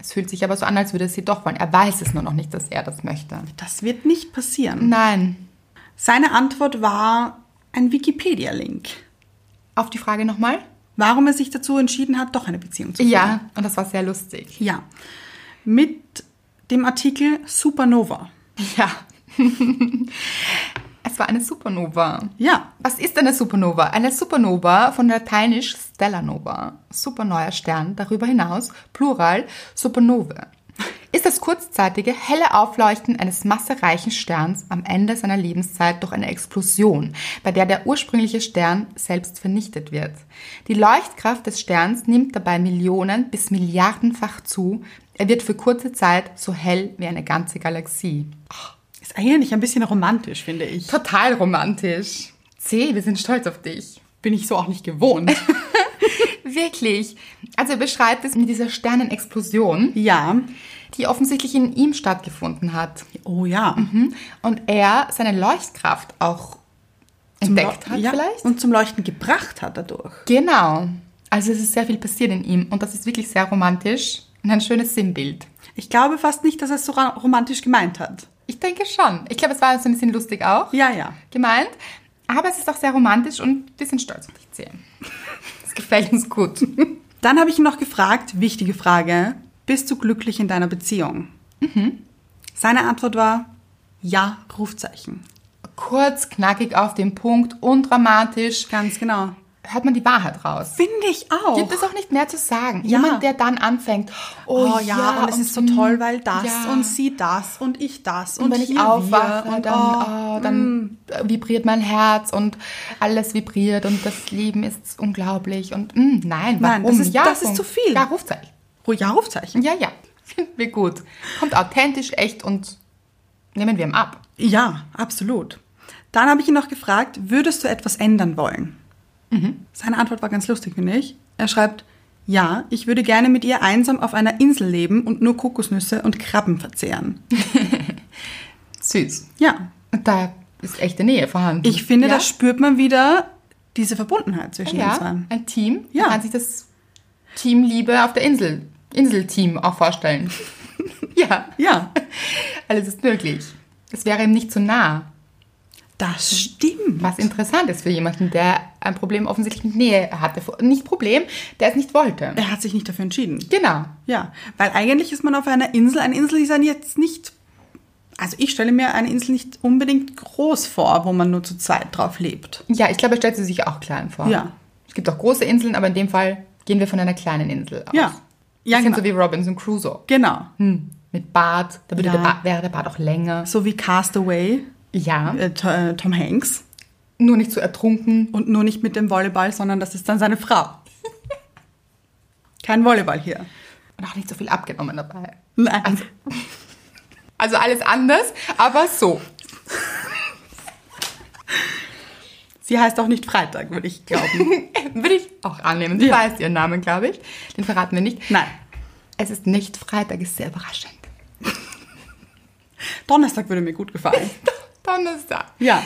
[SPEAKER 2] Es fühlt sich aber so an, als würde er sie doch wollen. Er weiß es nur noch nicht, dass er das möchte.
[SPEAKER 1] Das wird nicht passieren.
[SPEAKER 2] Nein.
[SPEAKER 1] Seine Antwort war ein Wikipedia-Link.
[SPEAKER 2] Auf die Frage nochmal?
[SPEAKER 1] Warum er sich dazu entschieden hat, doch eine Beziehung zu führen.
[SPEAKER 2] Ja, und das war sehr lustig.
[SPEAKER 1] Ja. Mit dem Artikel Supernova.
[SPEAKER 2] Ja. [laughs] es war eine Supernova.
[SPEAKER 1] Ja.
[SPEAKER 2] Was ist eine Supernova? Eine Supernova von lateinisch Stella Nova, superneuer Stern, darüber hinaus Plural Supernovae. Ist das kurzzeitige helle Aufleuchten eines massereichen Sterns am Ende seiner Lebenszeit durch eine Explosion, bei der der ursprüngliche Stern selbst vernichtet wird. Die Leuchtkraft des Sterns nimmt dabei Millionen bis Milliardenfach zu. Er wird für kurze Zeit so hell wie eine ganze Galaxie.
[SPEAKER 1] Ist eigentlich ein bisschen romantisch, finde ich.
[SPEAKER 2] Total romantisch. C, wir sind stolz auf dich.
[SPEAKER 1] Bin ich so auch nicht gewohnt.
[SPEAKER 2] Wirklich. Also er beschreibt es mit dieser Sternenexplosion,
[SPEAKER 1] ja.
[SPEAKER 2] die offensichtlich in ihm stattgefunden hat.
[SPEAKER 1] Oh ja.
[SPEAKER 2] Hm? Und er seine Leuchtkraft auch entdeckt
[SPEAKER 1] Leu-
[SPEAKER 2] hat
[SPEAKER 1] ja.
[SPEAKER 2] vielleicht.
[SPEAKER 1] Und zum Leuchten gebracht hat dadurch.
[SPEAKER 2] Genau. Also es ist sehr viel passiert in ihm und das ist wirklich sehr romantisch und ein schönes Sinnbild.
[SPEAKER 1] Ich glaube fast nicht, dass er es so ra- romantisch gemeint hat.
[SPEAKER 2] Ich denke schon. Ich glaube, es war so ein bisschen lustig auch
[SPEAKER 1] Ja, ja.
[SPEAKER 2] gemeint, aber es ist auch sehr romantisch und wir sind stolz auf dich, C. Das gefällt
[SPEAKER 1] [laughs]
[SPEAKER 2] uns gut.
[SPEAKER 1] Dann habe ich ihn noch gefragt, wichtige Frage, bist du glücklich in deiner Beziehung? Seine Antwort war ja, Rufzeichen.
[SPEAKER 2] Kurz, knackig auf den Punkt, undramatisch.
[SPEAKER 1] Ganz genau.
[SPEAKER 2] hört man die Wahrheit raus.
[SPEAKER 1] Finde ich auch.
[SPEAKER 2] Gibt es auch nicht mehr zu sagen.
[SPEAKER 1] Ja.
[SPEAKER 2] Jemand, der dann anfängt, oh,
[SPEAKER 1] oh, ja, und es ist so
[SPEAKER 2] mm,
[SPEAKER 1] toll, weil das
[SPEAKER 2] ja.
[SPEAKER 1] und sie das und ich das und,
[SPEAKER 2] und wenn ich
[SPEAKER 1] hier
[SPEAKER 2] aufwache,
[SPEAKER 1] wir und
[SPEAKER 2] dann,
[SPEAKER 1] oh,
[SPEAKER 2] oh, dann vibriert mein Herz und alles vibriert und das Leben ist unglaublich und mm, nein, warum?
[SPEAKER 1] Nein, das ist-
[SPEAKER 2] ja,
[SPEAKER 1] das ist
[SPEAKER 2] Punkt.
[SPEAKER 1] zu viel.
[SPEAKER 2] Ja, Rufzeichen.
[SPEAKER 1] oh, ja, Rufzeichen.
[SPEAKER 2] Ja, [laughs] ja, finden wir gut. Kommt authentisch, echt und nehmen wir ihm ab.
[SPEAKER 1] Ja, absolut. Dann habe ich ihn noch gefragt, würdest du etwas ändern wollen? Seine Antwort war ganz lustig, finde ich. Er schreibt, ja, ich würde gerne mit ihr einsam auf einer Insel leben und nur Kokosnüsse und Krabben verzehren.
[SPEAKER 2] Süß.
[SPEAKER 1] Ja,
[SPEAKER 2] Und da ist echte Nähe vorhanden.
[SPEAKER 1] ich finde,
[SPEAKER 2] ja?
[SPEAKER 1] da spürt man wieder diese Verbundenheit zwischen den
[SPEAKER 2] Ja,
[SPEAKER 1] zwei.
[SPEAKER 2] ein Team.
[SPEAKER 1] Ja.
[SPEAKER 2] Man kann sich das Teamliebe auf der Insel, Inselteam auch
[SPEAKER 1] [laughs]
[SPEAKER 2] vorstellen. ja,
[SPEAKER 1] Ja,
[SPEAKER 2] alles ist möglich. Es wäre ihm nicht zu nah.
[SPEAKER 1] das stimmt.
[SPEAKER 2] Was interessant ist für jemanden, der ein Problem offensichtlich mit Nähe hatte. Nicht Problem, der es nicht wollte.
[SPEAKER 1] Er hat sich nicht dafür entschieden.
[SPEAKER 2] Genau.
[SPEAKER 1] Ja, weil eigentlich ist man auf einer Insel. Eine Insel ist dann jetzt nicht. Also ich stelle mir eine Insel nicht unbedingt groß vor, wo man nur zu zweit drauf lebt.
[SPEAKER 2] Ja, ich glaube, er stellt sie sich auch klein vor.
[SPEAKER 1] Ja.
[SPEAKER 2] Es gibt auch große Inseln, aber in dem Fall gehen wir von einer kleinen Insel aus.
[SPEAKER 1] Ja. Ja,
[SPEAKER 2] Bisschen
[SPEAKER 1] genau.
[SPEAKER 2] so wie Robinson Crusoe.
[SPEAKER 1] Genau.
[SPEAKER 2] Hm. Mit Bart, da würde
[SPEAKER 1] Ja.
[SPEAKER 2] der ba wäre der Bart auch länger.
[SPEAKER 1] So wie Castaway,
[SPEAKER 2] Ja.
[SPEAKER 1] äh, To- äh, Tom Hanks.
[SPEAKER 2] Nur nicht zu ertrunken.
[SPEAKER 1] Und nur nicht mit dem Volleyball, sondern das ist dann seine Frau. [laughs] Kein Volleyball hier. äh,
[SPEAKER 2] Und auch nicht so viel abgenommen dabei.
[SPEAKER 1] Nein.
[SPEAKER 2] Also alles anders, aber so.
[SPEAKER 1] Sie heißt auch nicht Freitag, würde ich
[SPEAKER 2] [laughs]
[SPEAKER 1] glauben.
[SPEAKER 2] Würde ich auch annehmen. Sie
[SPEAKER 1] Ja.
[SPEAKER 2] weiß ihren Namen, glaube ich. Den verraten wir nicht.
[SPEAKER 1] Nein.
[SPEAKER 2] Es ist nicht Freitag, ist sehr überraschend.
[SPEAKER 1] Donnerstag würde mir gut gefallen.
[SPEAKER 2] Donnerstag.
[SPEAKER 1] Ja.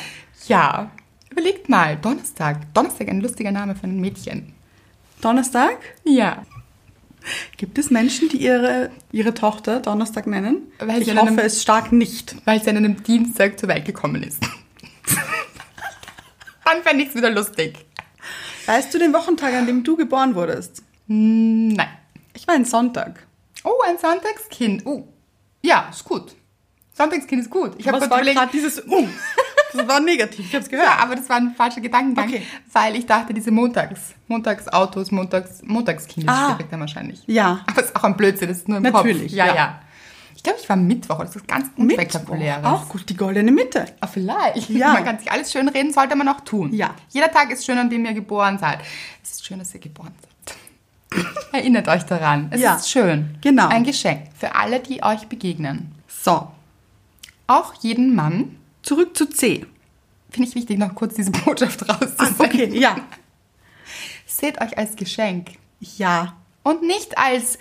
[SPEAKER 2] Ja. Überlegt mal, Donnerstag. Donnerstag, ein lustiger Name für ein Mädchen.
[SPEAKER 1] Donnerstag?
[SPEAKER 2] Ja.
[SPEAKER 1] Gibt es Menschen, die ihre, ihre Tochter Donnerstag nennen?
[SPEAKER 2] Weil
[SPEAKER 1] ich
[SPEAKER 2] sie an einem-
[SPEAKER 1] hoffe es stark nicht.
[SPEAKER 2] Weil sie an einem Dienstag zur Welt
[SPEAKER 1] [laughs]
[SPEAKER 2] gekommen ist. Dann fände ich es wieder lustig.
[SPEAKER 1] Weißt du den Wochentag, an dem du geboren wurdest?
[SPEAKER 2] Hm, Nein.
[SPEAKER 1] Ich war ein Sonntag.
[SPEAKER 2] Oh, ein Sonntagskind. Oh. Ja, ist gut. Sonntagskind ist gut. Ich habe
[SPEAKER 1] Aber es
[SPEAKER 2] kurz überlegt,
[SPEAKER 1] grad dieses
[SPEAKER 2] [laughs]
[SPEAKER 1] Uh. Das war negativ, ich hab's gehört.
[SPEAKER 2] Ja, aber das war ein falscher Gedankengang,
[SPEAKER 1] Okay.
[SPEAKER 2] weil ich dachte, diese Montags, Montagsautos, Montags, Montagskinder
[SPEAKER 1] Ah.
[SPEAKER 2] ah. schwierig dann wahrscheinlich.
[SPEAKER 1] Ja.
[SPEAKER 2] Aber es ist auch ein Blödsinn, das ist nur im
[SPEAKER 1] Natürlich,
[SPEAKER 2] Kopf. Ja,
[SPEAKER 1] ja.
[SPEAKER 2] ja. Ich glaube, ich war Mittwoch, das ist ganz unspektakuläres.
[SPEAKER 1] Mittwoch, Oh, Auch gut, die goldene Mitte.
[SPEAKER 2] Ah, vielleicht. [laughs]
[SPEAKER 1] Ja.
[SPEAKER 2] Man kann sich alles schön reden, sollte man auch tun.
[SPEAKER 1] Ja.
[SPEAKER 2] Jeder Tag ist schön, an dem ihr geboren seid. Es ist schön, dass ihr geboren seid. [laughs] Erinnert euch daran. Es
[SPEAKER 1] Ja.
[SPEAKER 2] ist schön.
[SPEAKER 1] Genau.
[SPEAKER 2] Ein Geschenk für alle, die euch begegnen.
[SPEAKER 1] So,
[SPEAKER 2] Auch jeden Mann.
[SPEAKER 1] zurück zu C.
[SPEAKER 2] Finde ich wichtig, noch kurz diese Botschaft rauszusenden.
[SPEAKER 1] Ah, Okay, ja.
[SPEAKER 2] Seht euch als Geschenk
[SPEAKER 1] Ja,
[SPEAKER 2] und nicht als,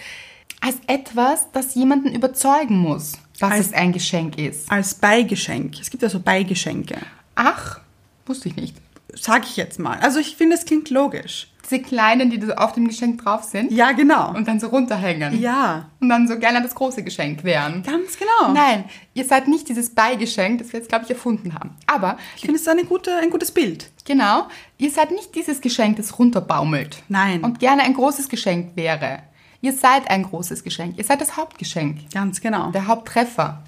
[SPEAKER 2] als etwas, das jemanden überzeugen muss, dass
[SPEAKER 1] Als-
[SPEAKER 2] es ein Geschenk ist.
[SPEAKER 1] als Beigeschenk. Es gibt ja so Beigeschenke.
[SPEAKER 2] Ach, wusste ich nicht.
[SPEAKER 1] Sag ich jetzt mal. Also ich finde, es klingt logisch.
[SPEAKER 2] Diese kleinen, die so auf dem Geschenk drauf sind
[SPEAKER 1] Ja, genau.
[SPEAKER 2] und dann so runterhängen.
[SPEAKER 1] Ja,
[SPEAKER 2] Und dann so gerne das große Geschenk wären.
[SPEAKER 1] ganz genau.
[SPEAKER 2] Nein, ihr seid nicht dieses Beigeschenk, das wir jetzt, glaube ich, erfunden haben. Aber,
[SPEAKER 1] Ich finde, es ist eine gute, ein gutes Bild.
[SPEAKER 2] genau, ihr seid nicht dieses Geschenk, das runterbaumelt.
[SPEAKER 1] Nein.
[SPEAKER 2] Und gerne ein großes Geschenk wäre. Ihr seid ein großes Geschenk. Ihr seid das Hauptgeschenk.
[SPEAKER 1] Ganz genau.
[SPEAKER 2] Der Haupttreffer.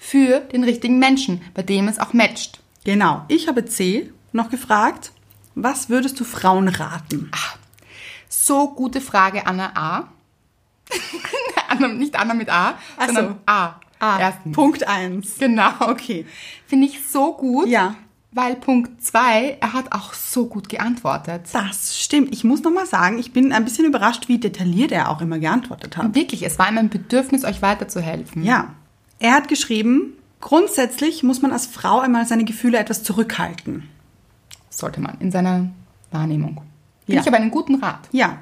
[SPEAKER 2] Für den richtigen Menschen, bei dem es auch matcht.
[SPEAKER 1] Genau. Ich habe C noch gefragt, was würdest du Frauen raten?
[SPEAKER 2] So gute Frage, Anna A. [laughs] Anna, nicht Anna mit A,
[SPEAKER 1] Ach so.
[SPEAKER 2] sondern A. Erstens.
[SPEAKER 1] Punkt 1.
[SPEAKER 2] Genau.
[SPEAKER 1] Okay.
[SPEAKER 2] Finde ich so gut.
[SPEAKER 1] Ja.
[SPEAKER 2] Weil Punkt 2, er hat auch so gut geantwortet.
[SPEAKER 1] Das stimmt. Ich muss nochmal sagen, ich bin ein bisschen überrascht, wie detailliert er auch immer geantwortet hat.
[SPEAKER 2] Wirklich, es war ihm ein Bedürfnis, euch weiterzuhelfen.
[SPEAKER 1] Ja. Er hat geschrieben, grundsätzlich muss man als Frau einmal seine Gefühle etwas zurückhalten.
[SPEAKER 2] Sollte man in seiner Wahrnehmung. Finde
[SPEAKER 1] Ja.
[SPEAKER 2] ich aber einen guten Rat.
[SPEAKER 1] Ja.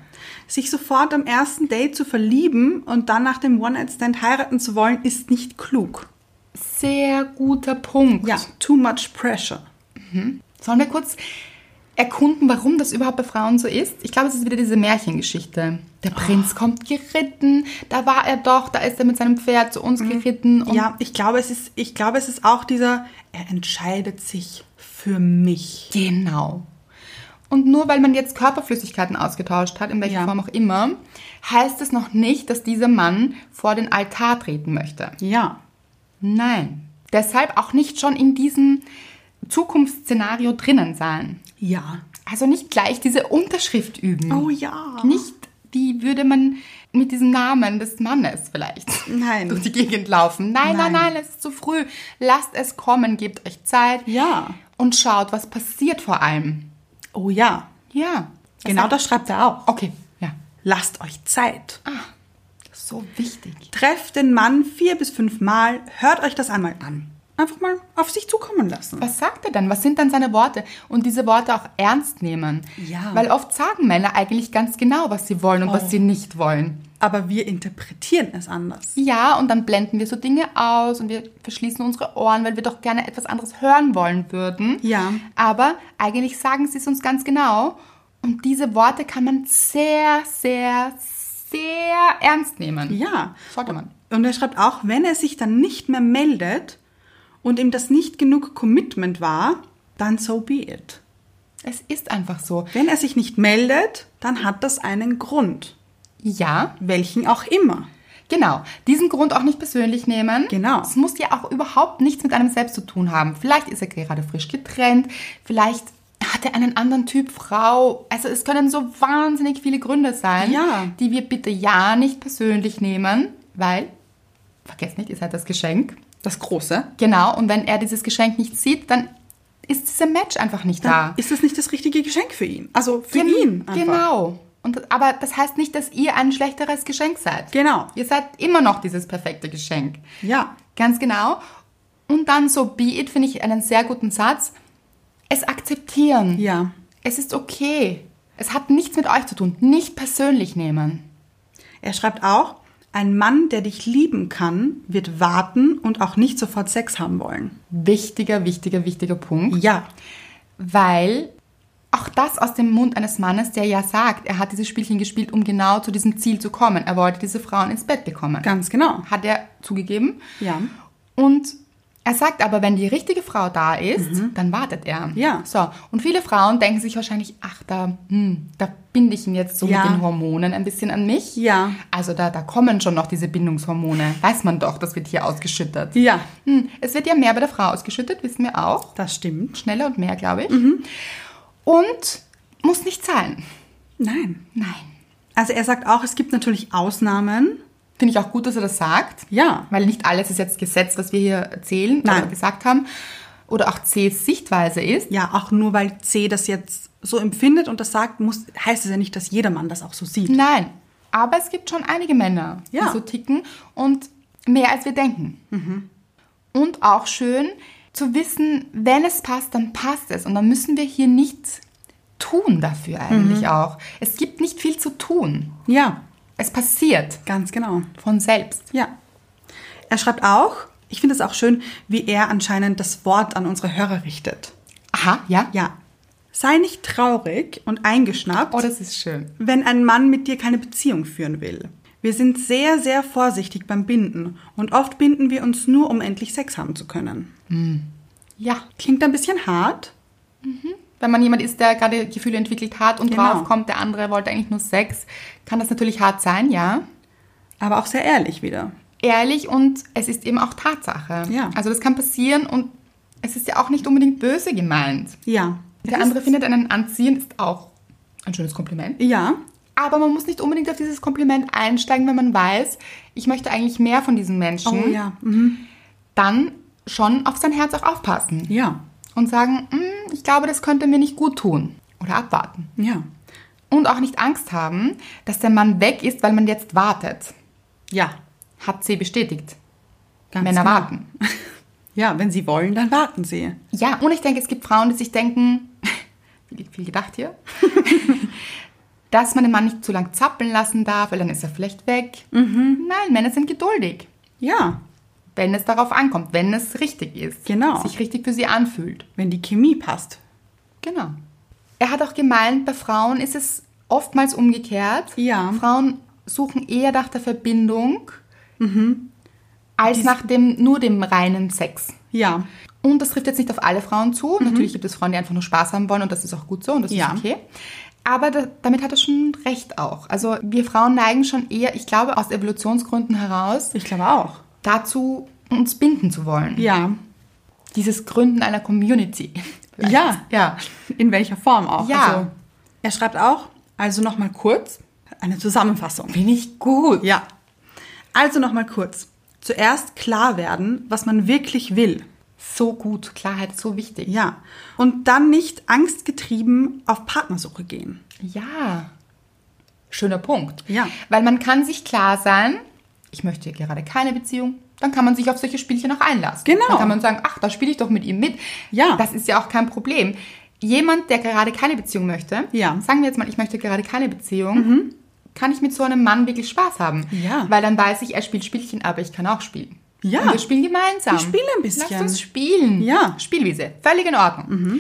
[SPEAKER 1] Sich sofort am ersten Date zu verlieben und dann nach dem One-Night-Stand heiraten zu wollen, ist nicht klug.
[SPEAKER 2] Sehr guter Punkt.
[SPEAKER 1] Ja. Too much pressure.
[SPEAKER 2] Sollen wir kurz erkunden, warum das überhaupt bei Frauen so ist? Ich glaube, es ist wieder diese Märchengeschichte. Der Prinz
[SPEAKER 1] Ah.
[SPEAKER 2] kommt geritten, da war er doch, da ist er mit seinem Pferd zu uns geritten. Und
[SPEAKER 1] Mhm. ja, ich glaube, es ist, ich glaube, es ist auch dieser, er entscheidet sich für mich.
[SPEAKER 2] Genau. Und nur weil man jetzt Körperflüssigkeiten ausgetauscht hat, in welcher
[SPEAKER 1] Ja.
[SPEAKER 2] Form auch immer, heißt es noch nicht, dass dieser Mann vor den Altar treten möchte.
[SPEAKER 1] Ja.
[SPEAKER 2] Nein. Deshalb auch nicht schon in diesem Zukunftsszenario drinnen sein.
[SPEAKER 1] Ja.
[SPEAKER 2] Also nicht gleich diese Unterschrift üben.
[SPEAKER 1] Oh ja.
[SPEAKER 2] Nicht, wie würde man mit diesem Namen des Mannes vielleicht
[SPEAKER 1] Nein.
[SPEAKER 2] durch die Gegend laufen. Nein, nein,
[SPEAKER 1] Nein.
[SPEAKER 2] nein, es ist zu früh. Lasst es kommen, gebt euch Zeit.
[SPEAKER 1] Ja.
[SPEAKER 2] Und schaut, was passiert vor allem.
[SPEAKER 1] Oh ja.
[SPEAKER 2] Ja.
[SPEAKER 1] Genau das schreibt er auch. Ah.
[SPEAKER 2] Okay, ja.
[SPEAKER 1] Lasst euch Zeit.
[SPEAKER 2] So wichtig.
[SPEAKER 1] Trefft den Mann vier bis fünf Mal, hört euch das einmal an. Einfach mal auf sich zukommen lassen.
[SPEAKER 2] Was sagt er dann? Was sind dann seine Worte? Und diese Worte auch ernst nehmen.
[SPEAKER 1] Ja.
[SPEAKER 2] Weil oft sagen Männer eigentlich ganz genau, was sie wollen und
[SPEAKER 1] Oh.
[SPEAKER 2] was sie nicht wollen.
[SPEAKER 1] Aber wir interpretieren es anders.
[SPEAKER 2] Ja, und dann blenden wir so Dinge aus und wir verschließen unsere Ohren, weil wir doch gerne etwas anderes hören wollen würden.
[SPEAKER 1] Ja.
[SPEAKER 2] Aber eigentlich sagen sie es uns ganz genau. Und diese Worte kann man sehr, sehr, sehr ernst nehmen.
[SPEAKER 1] Ja.
[SPEAKER 2] Sollte man.
[SPEAKER 1] Und er schreibt auch, wenn er sich dann nicht mehr meldet und ihm das nicht genug Commitment war, dann so be it.
[SPEAKER 2] Es ist einfach so.
[SPEAKER 1] Wenn er sich nicht meldet, dann hat das einen Grund.
[SPEAKER 2] Ja,
[SPEAKER 1] Welchen auch immer.
[SPEAKER 2] Genau, diesen Grund auch nicht persönlich nehmen.
[SPEAKER 1] Genau.
[SPEAKER 2] Es muss ja auch überhaupt nichts mit einem selbst zu tun haben. Vielleicht ist er gerade frisch getrennt, vielleicht hat er einen anderen Typ Frau. Also es können so wahnsinnig viele Gründe sein,
[SPEAKER 1] Ja.
[SPEAKER 2] die wir bitte ja nicht persönlich nehmen, weil, vergesst nicht, ihr seid das Geschenk.
[SPEAKER 1] Das Große.
[SPEAKER 2] Genau, und wenn er dieses Geschenk nicht sieht, dann ist dieser Match einfach nicht
[SPEAKER 1] Dann
[SPEAKER 2] da.
[SPEAKER 1] ist das nicht das richtige Geschenk für ihn. Also für
[SPEAKER 2] Gen-
[SPEAKER 1] ihn. Einfach.
[SPEAKER 2] Genau. Und, aber das heißt nicht, dass ihr ein schlechteres Geschenk seid.
[SPEAKER 1] Genau.
[SPEAKER 2] Ihr seid immer noch dieses perfekte Geschenk.
[SPEAKER 1] Ja.
[SPEAKER 2] Ganz genau. Und dann so be it, finde ich einen sehr guten Satz. Es akzeptieren.
[SPEAKER 1] Ja.
[SPEAKER 2] Es ist okay. Es hat nichts mit euch zu tun. Nicht persönlich nehmen.
[SPEAKER 1] Er schreibt auch, ein Mann, der dich lieben kann, wird warten und auch nicht sofort Sex haben wollen.
[SPEAKER 2] Wichtiger, wichtiger, wichtiger Punkt.
[SPEAKER 1] Ja.
[SPEAKER 2] Weil auch das aus dem Mund eines Mannes, der ja sagt, er hat dieses Spielchen gespielt, um genau zu diesem Ziel zu kommen. Er wollte diese Frauen ins Bett bekommen.
[SPEAKER 1] Ganz genau.
[SPEAKER 2] Hat er zugegeben.
[SPEAKER 1] Ja.
[SPEAKER 2] Und er sagt aber, wenn die richtige Frau da ist, dann wartet er.
[SPEAKER 1] Mhm. Ja.
[SPEAKER 2] So, und viele Frauen denken sich wahrscheinlich, ach, da, hm, da binde ich ihn jetzt so
[SPEAKER 1] Ja.
[SPEAKER 2] mit den Hormonen ein bisschen an mich.
[SPEAKER 1] Ja.
[SPEAKER 2] Also da, da kommen schon noch diese Bindungshormone. Weiß man doch, das wird hier ausgeschüttet.
[SPEAKER 1] Ja.
[SPEAKER 2] Hm, es wird ja mehr bei der Frau ausgeschüttet, wissen wir auch.
[SPEAKER 1] Das stimmt.
[SPEAKER 2] Schneller und mehr, glaube ich.
[SPEAKER 1] Mhm.
[SPEAKER 2] Und muss nicht sein.
[SPEAKER 1] Nein.
[SPEAKER 2] Nein.
[SPEAKER 1] Also er sagt auch, es gibt natürlich Ausnahmen.
[SPEAKER 2] Finde ich auch gut, dass er das sagt.
[SPEAKER 1] Ja.
[SPEAKER 2] Weil nicht alles ist jetzt Gesetz, was wir hier erzählen oder
[SPEAKER 1] Nein.
[SPEAKER 2] gesagt haben. Oder auch Cs Sichtweise ist.
[SPEAKER 1] Ja, auch nur weil C das jetzt so empfindet und das sagt, muss, heißt es ja nicht, dass jedermann das auch so sieht.
[SPEAKER 2] Nein. Aber es gibt schon einige Männer,
[SPEAKER 1] Ja. Mhm.
[SPEAKER 2] die so ticken und mehr als wir denken. Und auch schön zu wissen, wenn es passt, dann passt es. Und dann müssen wir hier nichts tun dafür eigentlich
[SPEAKER 1] Mhm.
[SPEAKER 2] auch. Es gibt nicht viel zu tun.
[SPEAKER 1] Ja,
[SPEAKER 2] Es passiert
[SPEAKER 1] ganz genau.
[SPEAKER 2] von selbst.
[SPEAKER 1] Ja. Er schreibt auch, ich finde es auch schön, wie er anscheinend das Wort an unsere Hörer richtet.
[SPEAKER 2] Aha, ja.
[SPEAKER 1] Ja. Sei nicht traurig und eingeschnappt,
[SPEAKER 2] Oh, das ist schön.
[SPEAKER 1] wenn ein Mann mit dir keine Beziehung führen will. Wir sind sehr, sehr vorsichtig beim Binden und oft binden wir uns nur, um endlich Sex haben zu können.
[SPEAKER 2] Ja.
[SPEAKER 1] Klingt ein bisschen hart,
[SPEAKER 2] Wenn man jemand ist, der gerade Gefühle entwickelt hat und
[SPEAKER 1] Genau.
[SPEAKER 2] draufkommt, der andere wollte eigentlich nur Sex, kann das natürlich hart sein, ja.
[SPEAKER 1] aber auch sehr ehrlich wieder.
[SPEAKER 2] Ehrlich und es ist eben auch Tatsache.
[SPEAKER 1] Ja.
[SPEAKER 2] Also das kann passieren und es ist ja auch nicht unbedingt böse gemeint.
[SPEAKER 1] Ja.
[SPEAKER 2] Der andere findet einen anziehend, ist auch ein schönes Kompliment.
[SPEAKER 1] Ja,
[SPEAKER 2] Aber man muss nicht unbedingt auf dieses Kompliment einsteigen, wenn man weiß, ich möchte eigentlich mehr von diesem Menschen.
[SPEAKER 1] oh ja, mhm.
[SPEAKER 2] Dann schon auf sein Herz auch aufpassen
[SPEAKER 1] ja,
[SPEAKER 2] und sagen, "Mm, ich glaube, das könnte mir nicht gut tun. Oder abwarten.
[SPEAKER 1] ja,
[SPEAKER 2] Und auch nicht Angst haben, dass der Mann weg ist, weil man jetzt wartet.
[SPEAKER 1] ja.
[SPEAKER 2] Hat sie bestätigt.
[SPEAKER 1] Ganz
[SPEAKER 2] Männer
[SPEAKER 1] genau.
[SPEAKER 2] warten.
[SPEAKER 1] Ja, wenn sie wollen, dann warten sie.
[SPEAKER 2] Ja, und ich denke, es gibt Frauen, die sich denken, [laughs] viel, viel gedacht
[SPEAKER 1] [laughs]
[SPEAKER 2] hier, dass man den Mann nicht zu lang zappeln lassen darf, weil dann ist er vielleicht weg.
[SPEAKER 1] Mhm.
[SPEAKER 2] Nein, Männer sind geduldig,
[SPEAKER 1] Ja,
[SPEAKER 2] wenn es darauf ankommt, wenn es richtig ist.
[SPEAKER 1] Genau.
[SPEAKER 2] Sich richtig für sie anfühlt.
[SPEAKER 1] wenn die Chemie passt.
[SPEAKER 2] Genau. Er hat auch gemeint, bei Frauen ist es oftmals umgekehrt.
[SPEAKER 1] Ja.
[SPEAKER 2] Frauen suchen eher nach der Verbindung
[SPEAKER 1] Mhm.
[SPEAKER 2] als nach dem, nur dem reinen Sex.
[SPEAKER 1] Ja,
[SPEAKER 2] Und das trifft jetzt nicht auf alle Frauen zu. Natürlich gibt es Frauen, die einfach nur Spaß haben wollen und das ist auch gut so und das
[SPEAKER 1] Mhm. Ja.
[SPEAKER 2] ist okay. Aber da, damit hat er schon recht auch. Also wir Frauen neigen schon eher, ich glaube, aus Evolutionsgründen heraus,
[SPEAKER 1] ich glaube auch.
[SPEAKER 2] dazu uns binden zu wollen.
[SPEAKER 1] Ja,
[SPEAKER 2] Dieses Gründen einer Community.
[SPEAKER 1] Ja.
[SPEAKER 2] Ja.
[SPEAKER 1] in welcher Form auch.
[SPEAKER 2] Ja.
[SPEAKER 1] Also, er schreibt auch, also nochmal kurz, eine Zusammenfassung.
[SPEAKER 2] Bin ich gut.
[SPEAKER 1] Ja. Also nochmal kurz. Zuerst klar werden, was man wirklich will.
[SPEAKER 2] So gut. Klarheit ist so wichtig.
[SPEAKER 1] Ja. Und dann nicht angstgetrieben auf Partnersuche gehen.
[SPEAKER 2] Ja. Schöner Punkt.
[SPEAKER 1] Ja.
[SPEAKER 2] Weil man kann sich klar sein, ich möchte gerade keine Beziehung, dann kann man sich auf solche Spielchen auch einlassen.
[SPEAKER 1] Genau.
[SPEAKER 2] Dann kann man sagen, ach, da spiele ich doch mit ihm mit.
[SPEAKER 1] Ja.
[SPEAKER 2] Das ist ja auch kein Problem. Jemand, der gerade keine Beziehung möchte,
[SPEAKER 1] Ja. Mhm.
[SPEAKER 2] sagen wir jetzt mal, ich möchte gerade keine Beziehung, kann ich mit so einem Mann wirklich Spaß haben.
[SPEAKER 1] Ja.
[SPEAKER 2] Weil dann weiß ich, er spielt Spielchen, aber ich kann auch spielen.
[SPEAKER 1] Ja.
[SPEAKER 2] Und wir spielen gemeinsam.
[SPEAKER 1] Wir spielen ein bisschen.
[SPEAKER 2] Lass uns spielen.
[SPEAKER 1] Ja.
[SPEAKER 2] Spielwiese. Völlig in Ordnung.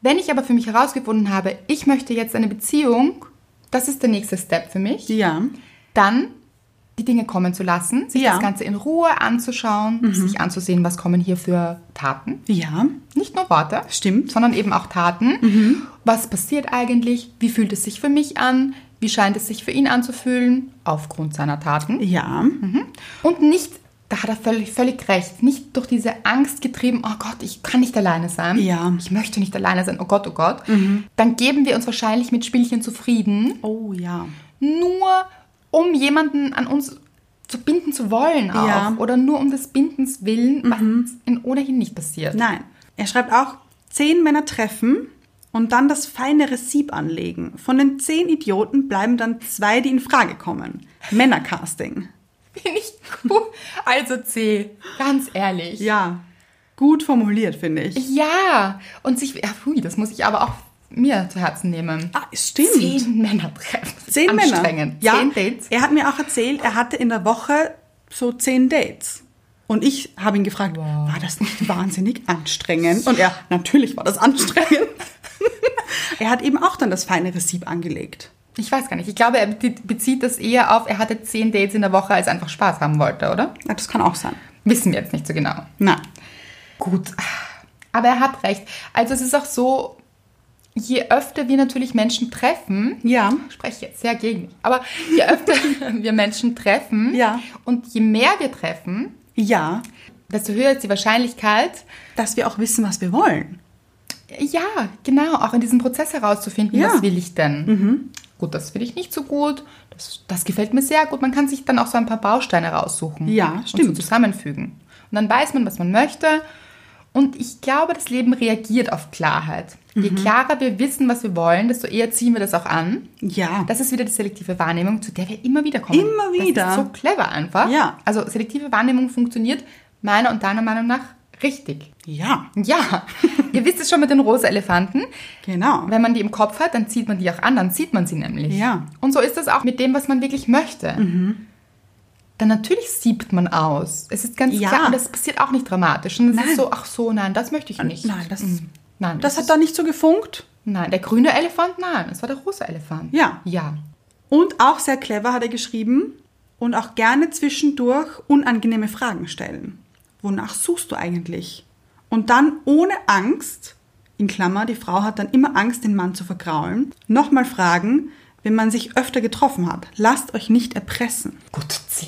[SPEAKER 2] Wenn ich aber für mich herausgefunden habe, ich möchte jetzt eine Beziehung, das ist der nächste Step für mich,
[SPEAKER 1] Ja.
[SPEAKER 2] dann die Dinge kommen zu lassen, sich
[SPEAKER 1] Ja. Mhm.
[SPEAKER 2] das Ganze in Ruhe anzuschauen, sich anzusehen, was kommen hier für Taten.
[SPEAKER 1] Ja.
[SPEAKER 2] Nicht nur Worte,
[SPEAKER 1] Stimmt. Mhm.
[SPEAKER 2] sondern eben auch Taten. Was passiert eigentlich? Wie fühlt es sich für mich an? Wie scheint es sich für ihn anzufühlen? Aufgrund seiner Taten.
[SPEAKER 1] Ja.
[SPEAKER 2] Und nicht, da hat er völlig, völlig recht, nicht durch diese Angst getrieben, oh Gott, ich kann nicht alleine sein.
[SPEAKER 1] Ja. Mhm.
[SPEAKER 2] Ich möchte nicht alleine sein, oh Gott, oh Gott. Dann geben wir uns wahrscheinlich mit Spielchen zufrieden,
[SPEAKER 1] Oh ja.
[SPEAKER 2] nur um jemanden an uns zu binden zu wollen auch.
[SPEAKER 1] Ja. Mhm.
[SPEAKER 2] Oder nur um des Bindens willen, was in ohnehin nicht passiert.
[SPEAKER 1] Nein. Er schreibt auch, zehn Männer treffen und dann das feinere Sieb anlegen. Von den zehn Idioten bleiben dann zwei, die in Frage kommen. Männercasting.
[SPEAKER 2] [laughs] Bin ich gut? Also C, ganz ehrlich.
[SPEAKER 1] Ja. Gut formuliert, finde ich.
[SPEAKER 2] Ja, und sich, ja, hui, das muss ich aber auch mir zu Herzen nehmen.
[SPEAKER 1] Ah, stimmt.
[SPEAKER 2] Zehn Männer treffen.
[SPEAKER 1] Zehn Männer.
[SPEAKER 2] Anstrengend.
[SPEAKER 1] Ja,
[SPEAKER 2] Zehn Dates.
[SPEAKER 1] Er hat mir auch erzählt, er hatte in der Woche so zehn Dates. Und ich habe ihn gefragt, war das nicht wahnsinnig anstrengend? Und er, natürlich war das anstrengend. [laughs] er hat eben auch dann das feinere Sieb angelegt.
[SPEAKER 2] Ich weiß gar nicht. Ich glaube, er be- bezieht das eher auf, er hatte zehn Dates in der Woche, als er einfach Spaß haben wollte, oder?
[SPEAKER 1] Ja, das kann auch sein.
[SPEAKER 2] Wissen wir jetzt nicht so genau.
[SPEAKER 1] Na,
[SPEAKER 2] Gut. Aber er hat recht. Also es ist auch so, je öfter wir natürlich Menschen treffen,
[SPEAKER 1] ja,
[SPEAKER 2] spreche jetzt sehr gegen mich, aber je öfter wir Menschen treffen
[SPEAKER 1] Ja.
[SPEAKER 2] und je mehr wir treffen,
[SPEAKER 1] ja,
[SPEAKER 2] desto höher ist die Wahrscheinlichkeit,
[SPEAKER 1] dass wir auch wissen, was wir wollen.
[SPEAKER 2] Ja, genau, auch in diesem Prozess herauszufinden,
[SPEAKER 1] Ja. Mhm.
[SPEAKER 2] was will ich denn? Gut, das will ich nicht so gut, das, das gefällt mir sehr gut. Man kann sich dann auch so ein paar Bausteine raussuchen
[SPEAKER 1] Ja,
[SPEAKER 2] und
[SPEAKER 1] stimmt.
[SPEAKER 2] so zusammenfügen. Und dann weiß man, was man möchte. Und ich glaube, das Leben reagiert auf Klarheit. Je
[SPEAKER 1] Mhm.
[SPEAKER 2] klarer wir wissen, was wir wollen, desto eher ziehen wir das auch an.
[SPEAKER 1] Ja,
[SPEAKER 2] Das ist wieder die selektive Wahrnehmung, zu der wir immer wieder kommen.
[SPEAKER 1] Immer wieder.
[SPEAKER 2] Das ist so clever einfach.
[SPEAKER 1] Ja.
[SPEAKER 2] Also selektive Wahrnehmung funktioniert meiner und deiner Meinung nach richtig.
[SPEAKER 1] ja,
[SPEAKER 2] Ja, [laughs] ihr wisst es schon mit den rosa Elefanten.
[SPEAKER 1] genau.
[SPEAKER 2] Wenn man die im Kopf hat, dann zieht man die auch an, dann sieht man sie nämlich.
[SPEAKER 1] Ja. Mhm.
[SPEAKER 2] Und so ist das auch mit dem, was man wirklich möchte. Dann natürlich siebt man aus. Es ist ganz
[SPEAKER 1] Ja.
[SPEAKER 2] klar und das passiert auch nicht dramatisch. Und es
[SPEAKER 1] Nein. Äh,
[SPEAKER 2] ist so, ach so, nein, das möchte ich nicht.
[SPEAKER 1] Nein, das-
[SPEAKER 2] Mhm. nein,
[SPEAKER 1] Das hat da nicht so gefunkt.
[SPEAKER 2] Nein, der grüne Elefant, nein, es war der rosa Elefant.
[SPEAKER 1] Ja.
[SPEAKER 2] Ja.
[SPEAKER 1] Und auch sehr clever hat er geschrieben und auch gerne zwischendurch unangenehme Fragen stellen. Wonach suchst du eigentlich? Und dann ohne Angst, in Klammer, die Frau hat dann immer Angst, den Mann zu vergraulen, nochmal fragen, wenn man sich öfter getroffen hat. Lasst euch nicht erpressen.
[SPEAKER 2] Gut, zieh.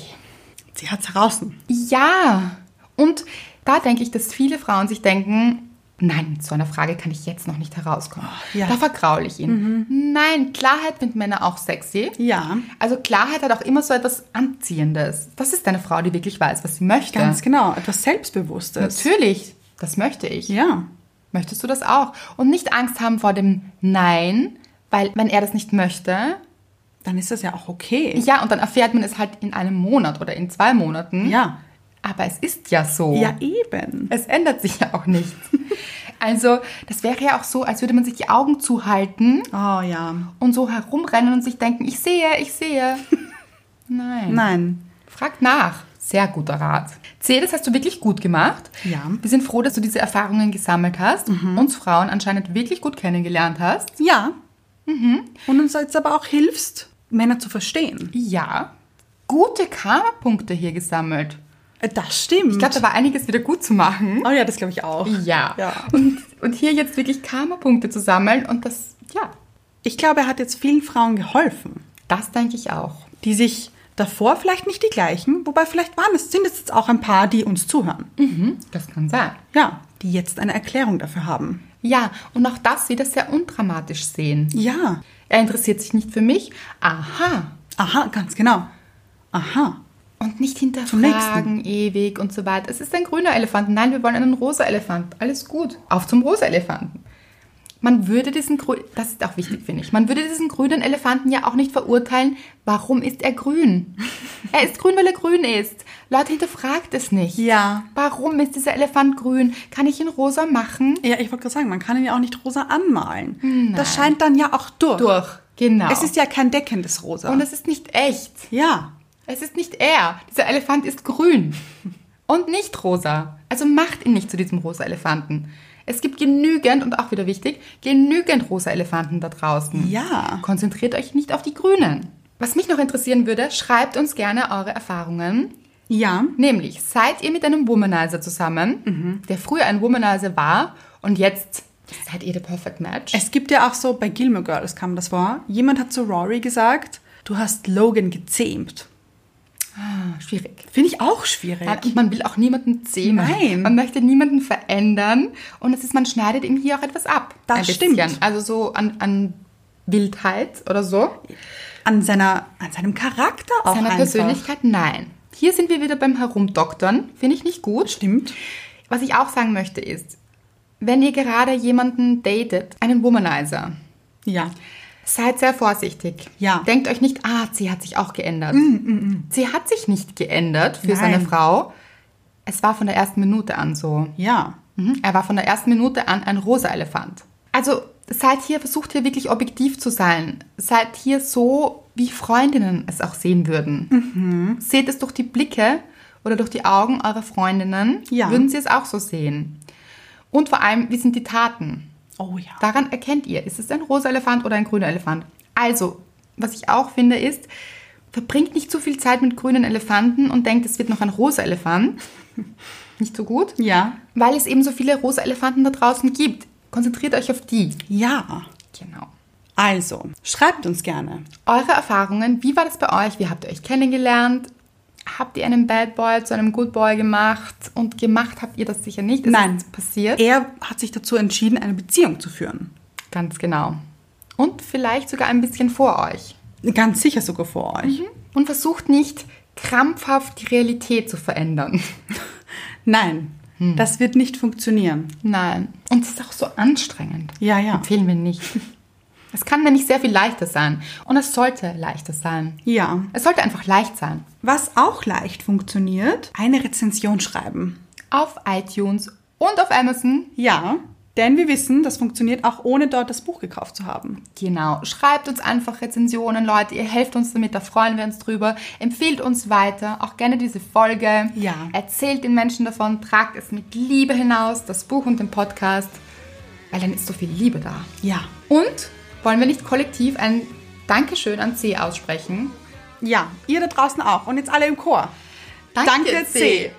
[SPEAKER 1] Sie hat's draußen.
[SPEAKER 2] Ja, und da denke ich, dass viele Frauen sich denken, nein, mit so einer Frage kann ich jetzt noch nicht herauskommen.
[SPEAKER 1] Oh, ja. Mhm.
[SPEAKER 2] Da vergraule ich ihn. Nein, Klarheit findet Männer auch sexy.
[SPEAKER 1] Ja.
[SPEAKER 2] Also Klarheit hat auch immer so etwas Anziehendes. Das ist eine Frau, die wirklich weiß, was sie möchte.
[SPEAKER 1] Ganz genau, etwas Selbstbewusstes.
[SPEAKER 2] Natürlich, das möchte ich.
[SPEAKER 1] Ja.
[SPEAKER 2] Möchtest du das auch? Und nicht Angst haben vor dem Nein, weil wenn er das nicht möchte,
[SPEAKER 1] Dann ist das ja auch okay.
[SPEAKER 2] ja, und dann erfährt man es halt in einem Monat oder in zwei Monaten.
[SPEAKER 1] Ja.
[SPEAKER 2] Aber es ist ja so.
[SPEAKER 1] Ja, eben.
[SPEAKER 2] Es ändert sich ja auch nichts. Also, das wäre ja auch so, als würde man sich die Augen zuhalten
[SPEAKER 1] Oh ja.
[SPEAKER 2] und so herumrennen und sich denken, ich sehe, ich sehe. Nein.
[SPEAKER 1] Nein.
[SPEAKER 2] Fragt nach. Sehr guter Rat. C, das hast du wirklich gut gemacht.
[SPEAKER 1] Ja.
[SPEAKER 2] Wir sind froh, dass du diese Erfahrungen gesammelt hast, uns Frauen anscheinend wirklich gut kennengelernt hast.
[SPEAKER 1] Ja. Und uns jetzt aber auch hilfst, Männer zu verstehen.
[SPEAKER 2] Ja. Gute Karma-Punkte hier gesammelt.
[SPEAKER 1] Äh, Das stimmt.
[SPEAKER 2] Ich glaube, da war einiges wieder gut zu machen.
[SPEAKER 1] oh ja, das glaube ich auch.
[SPEAKER 2] Ja.
[SPEAKER 1] Ja.
[SPEAKER 2] Und, und hier jetzt wirklich Karma-Punkte zu sammeln und das, ja,
[SPEAKER 1] Ich glaube, er hat jetzt vielen Frauen geholfen,
[SPEAKER 2] das denke ich auch.
[SPEAKER 1] die sich davor vielleicht nicht die gleichen, wobei vielleicht waren es, sind es jetzt auch ein paar, die uns zuhören.
[SPEAKER 2] Mhm, Das kann sein.
[SPEAKER 1] Ja, die jetzt eine Erklärung dafür haben.
[SPEAKER 2] Ja, und auch das wieder sehr undramatisch sehen.
[SPEAKER 1] Ja.
[SPEAKER 2] Er interessiert sich nicht für mich. Aha.
[SPEAKER 1] Aha, ganz genau. Aha.
[SPEAKER 2] Und nicht
[SPEAKER 1] nächsten.
[SPEAKER 2] hinterfragen ewig und so weiter. Es ist ein grüner Elefant. Nein, wir wollen einen rosa Elefant. Alles gut. Auf zum rosa Elefanten. Man würde diesen grünen, das ist auch wichtig, finde ich, man würde diesen grünen Elefanten ja auch nicht verurteilen, warum ist
[SPEAKER 1] [laughs]
[SPEAKER 2] er grün? er ist grün, weil er grün ist. Leute, hinterfragt es nicht.
[SPEAKER 1] Ja.
[SPEAKER 2] Warum ist dieser Elefant grün? Kann ich ihn rosa machen?
[SPEAKER 1] Ja, ich wollte gerade sagen, man kann ihn ja auch nicht rosa anmalen. Das scheint dann ja auch durch.
[SPEAKER 2] Durch. Genau.
[SPEAKER 1] Es ist ja kein deckendes Rosa.
[SPEAKER 2] Und es ist nicht echt.
[SPEAKER 1] ja.
[SPEAKER 2] Es ist nicht er. Dieser Elefant ist grün. Und nicht rosa. Also macht ihn nicht zu diesem rosa Elefanten. Es gibt genügend, und auch wieder wichtig, genügend rosa Elefanten da draußen.
[SPEAKER 1] Ja.
[SPEAKER 2] Konzentriert euch nicht auf die grünen. Was mich noch interessieren würde, schreibt uns gerne eure Erfahrungen.
[SPEAKER 1] Ja.
[SPEAKER 2] Nämlich, seid ihr mit einem Womanizer zusammen,
[SPEAKER 1] Mhm.
[SPEAKER 2] der früher ein Womanizer war und jetzt seid ihr der Perfect Match?
[SPEAKER 1] Es gibt ja auch so, bei Gilmore Girls kam das vor, jemand hat zu Rory gesagt, du hast Logan gezähmt.
[SPEAKER 2] Ah, schwierig.
[SPEAKER 1] Finde ich auch schwierig.
[SPEAKER 2] Nein, und man will auch niemanden zähmen.
[SPEAKER 1] Nein.
[SPEAKER 2] Man möchte niemanden verändern. Und es ist, man schneidet ihm hier auch etwas ab.
[SPEAKER 1] Das stimmt.
[SPEAKER 2] Also so an, an Wildheit oder so.
[SPEAKER 1] An, seiner, an seinem Charakter auch
[SPEAKER 2] Seiner
[SPEAKER 1] einfach.
[SPEAKER 2] Persönlichkeit, nein. Hier sind wir wieder beim Herumdoktern. Finde ich nicht gut.
[SPEAKER 1] Stimmt.
[SPEAKER 2] Was ich auch sagen möchte ist, wenn ihr gerade jemanden datet, einen Womanizer,
[SPEAKER 1] Ja.
[SPEAKER 2] Seid sehr vorsichtig.
[SPEAKER 1] Ja. Mm,
[SPEAKER 2] Denkt euch nicht, ah, sie hat sich auch geändert. Sie hat sich nicht geändert für
[SPEAKER 1] Nein.
[SPEAKER 2] seine Frau. Es war von der ersten Minute an so.
[SPEAKER 1] Ja.
[SPEAKER 2] Mhm. Er war von der ersten Minute an ein rosa Elefant. Also seid hier, versucht hier wirklich objektiv zu sein. Seid hier so, wie Freundinnen es auch sehen würden. Seht es durch die Blicke oder durch die Augen eurer Freundinnen,
[SPEAKER 1] Ja.
[SPEAKER 2] würden sie es auch so sehen. Und vor allem, wie sind die Taten?
[SPEAKER 1] Oh ja.
[SPEAKER 2] Daran erkennt ihr, ist es ein rosa Elefant oder ein grüner Elefant. Also, was ich auch finde, ist, verbringt nicht zu viel Zeit mit grünen Elefanten und denkt, es wird noch ein rosa Elefant. Nicht so gut.
[SPEAKER 1] Ja.
[SPEAKER 2] Weil es eben so viele rosa Elefanten da draußen gibt. Konzentriert euch auf die.
[SPEAKER 1] Ja.
[SPEAKER 2] Genau.
[SPEAKER 1] Also, schreibt uns gerne.
[SPEAKER 2] Eure Erfahrungen, wie war das bei euch? Wie habt ihr euch kennengelernt? Habt ihr einen Bad Boy zu einem Good Boy gemacht? Und gemacht habt ihr das sicher nicht. Es
[SPEAKER 1] Nein.
[SPEAKER 2] Ist passiert.
[SPEAKER 1] Er hat sich dazu entschieden, eine Beziehung zu führen.
[SPEAKER 2] Ganz genau. Und vielleicht sogar ein bisschen vor euch.
[SPEAKER 1] Ganz sicher sogar vor euch.
[SPEAKER 2] Und versucht nicht krampfhaft die Realität zu verändern.
[SPEAKER 1] Nein,
[SPEAKER 2] Hm.
[SPEAKER 1] das wird nicht funktionieren.
[SPEAKER 2] [laughs] Nein. Und es ist auch so anstrengend.
[SPEAKER 1] Ja, ja.
[SPEAKER 2] Empfehlen wir [laughs] nicht. Es kann nämlich sehr viel leichter sein. Und es sollte leichter sein.
[SPEAKER 1] Ja.
[SPEAKER 2] Es sollte einfach leicht sein.
[SPEAKER 1] Was auch leicht funktioniert, eine Rezension schreiben.
[SPEAKER 2] Auf iTunes und auf Amazon.
[SPEAKER 1] Ja, denn wir wissen, das funktioniert auch ohne dort das Buch gekauft zu haben.
[SPEAKER 2] Genau. Schreibt uns einfach Rezensionen, Leute. Ihr helft uns damit, da freuen wir uns drüber. Empfehlt uns weiter. Auch gerne diese Folge.
[SPEAKER 1] Ja.
[SPEAKER 2] Erzählt den Menschen davon. Tragt es mit Liebe hinaus, das Buch und den Podcast. weil dann ist so viel Liebe da.
[SPEAKER 1] Ja.
[SPEAKER 2] Und wollen wir nicht kollektiv ein Dankeschön an C aussprechen?
[SPEAKER 1] Ja, ihr da draußen auch. Und jetzt alle im Chor. Danke, C.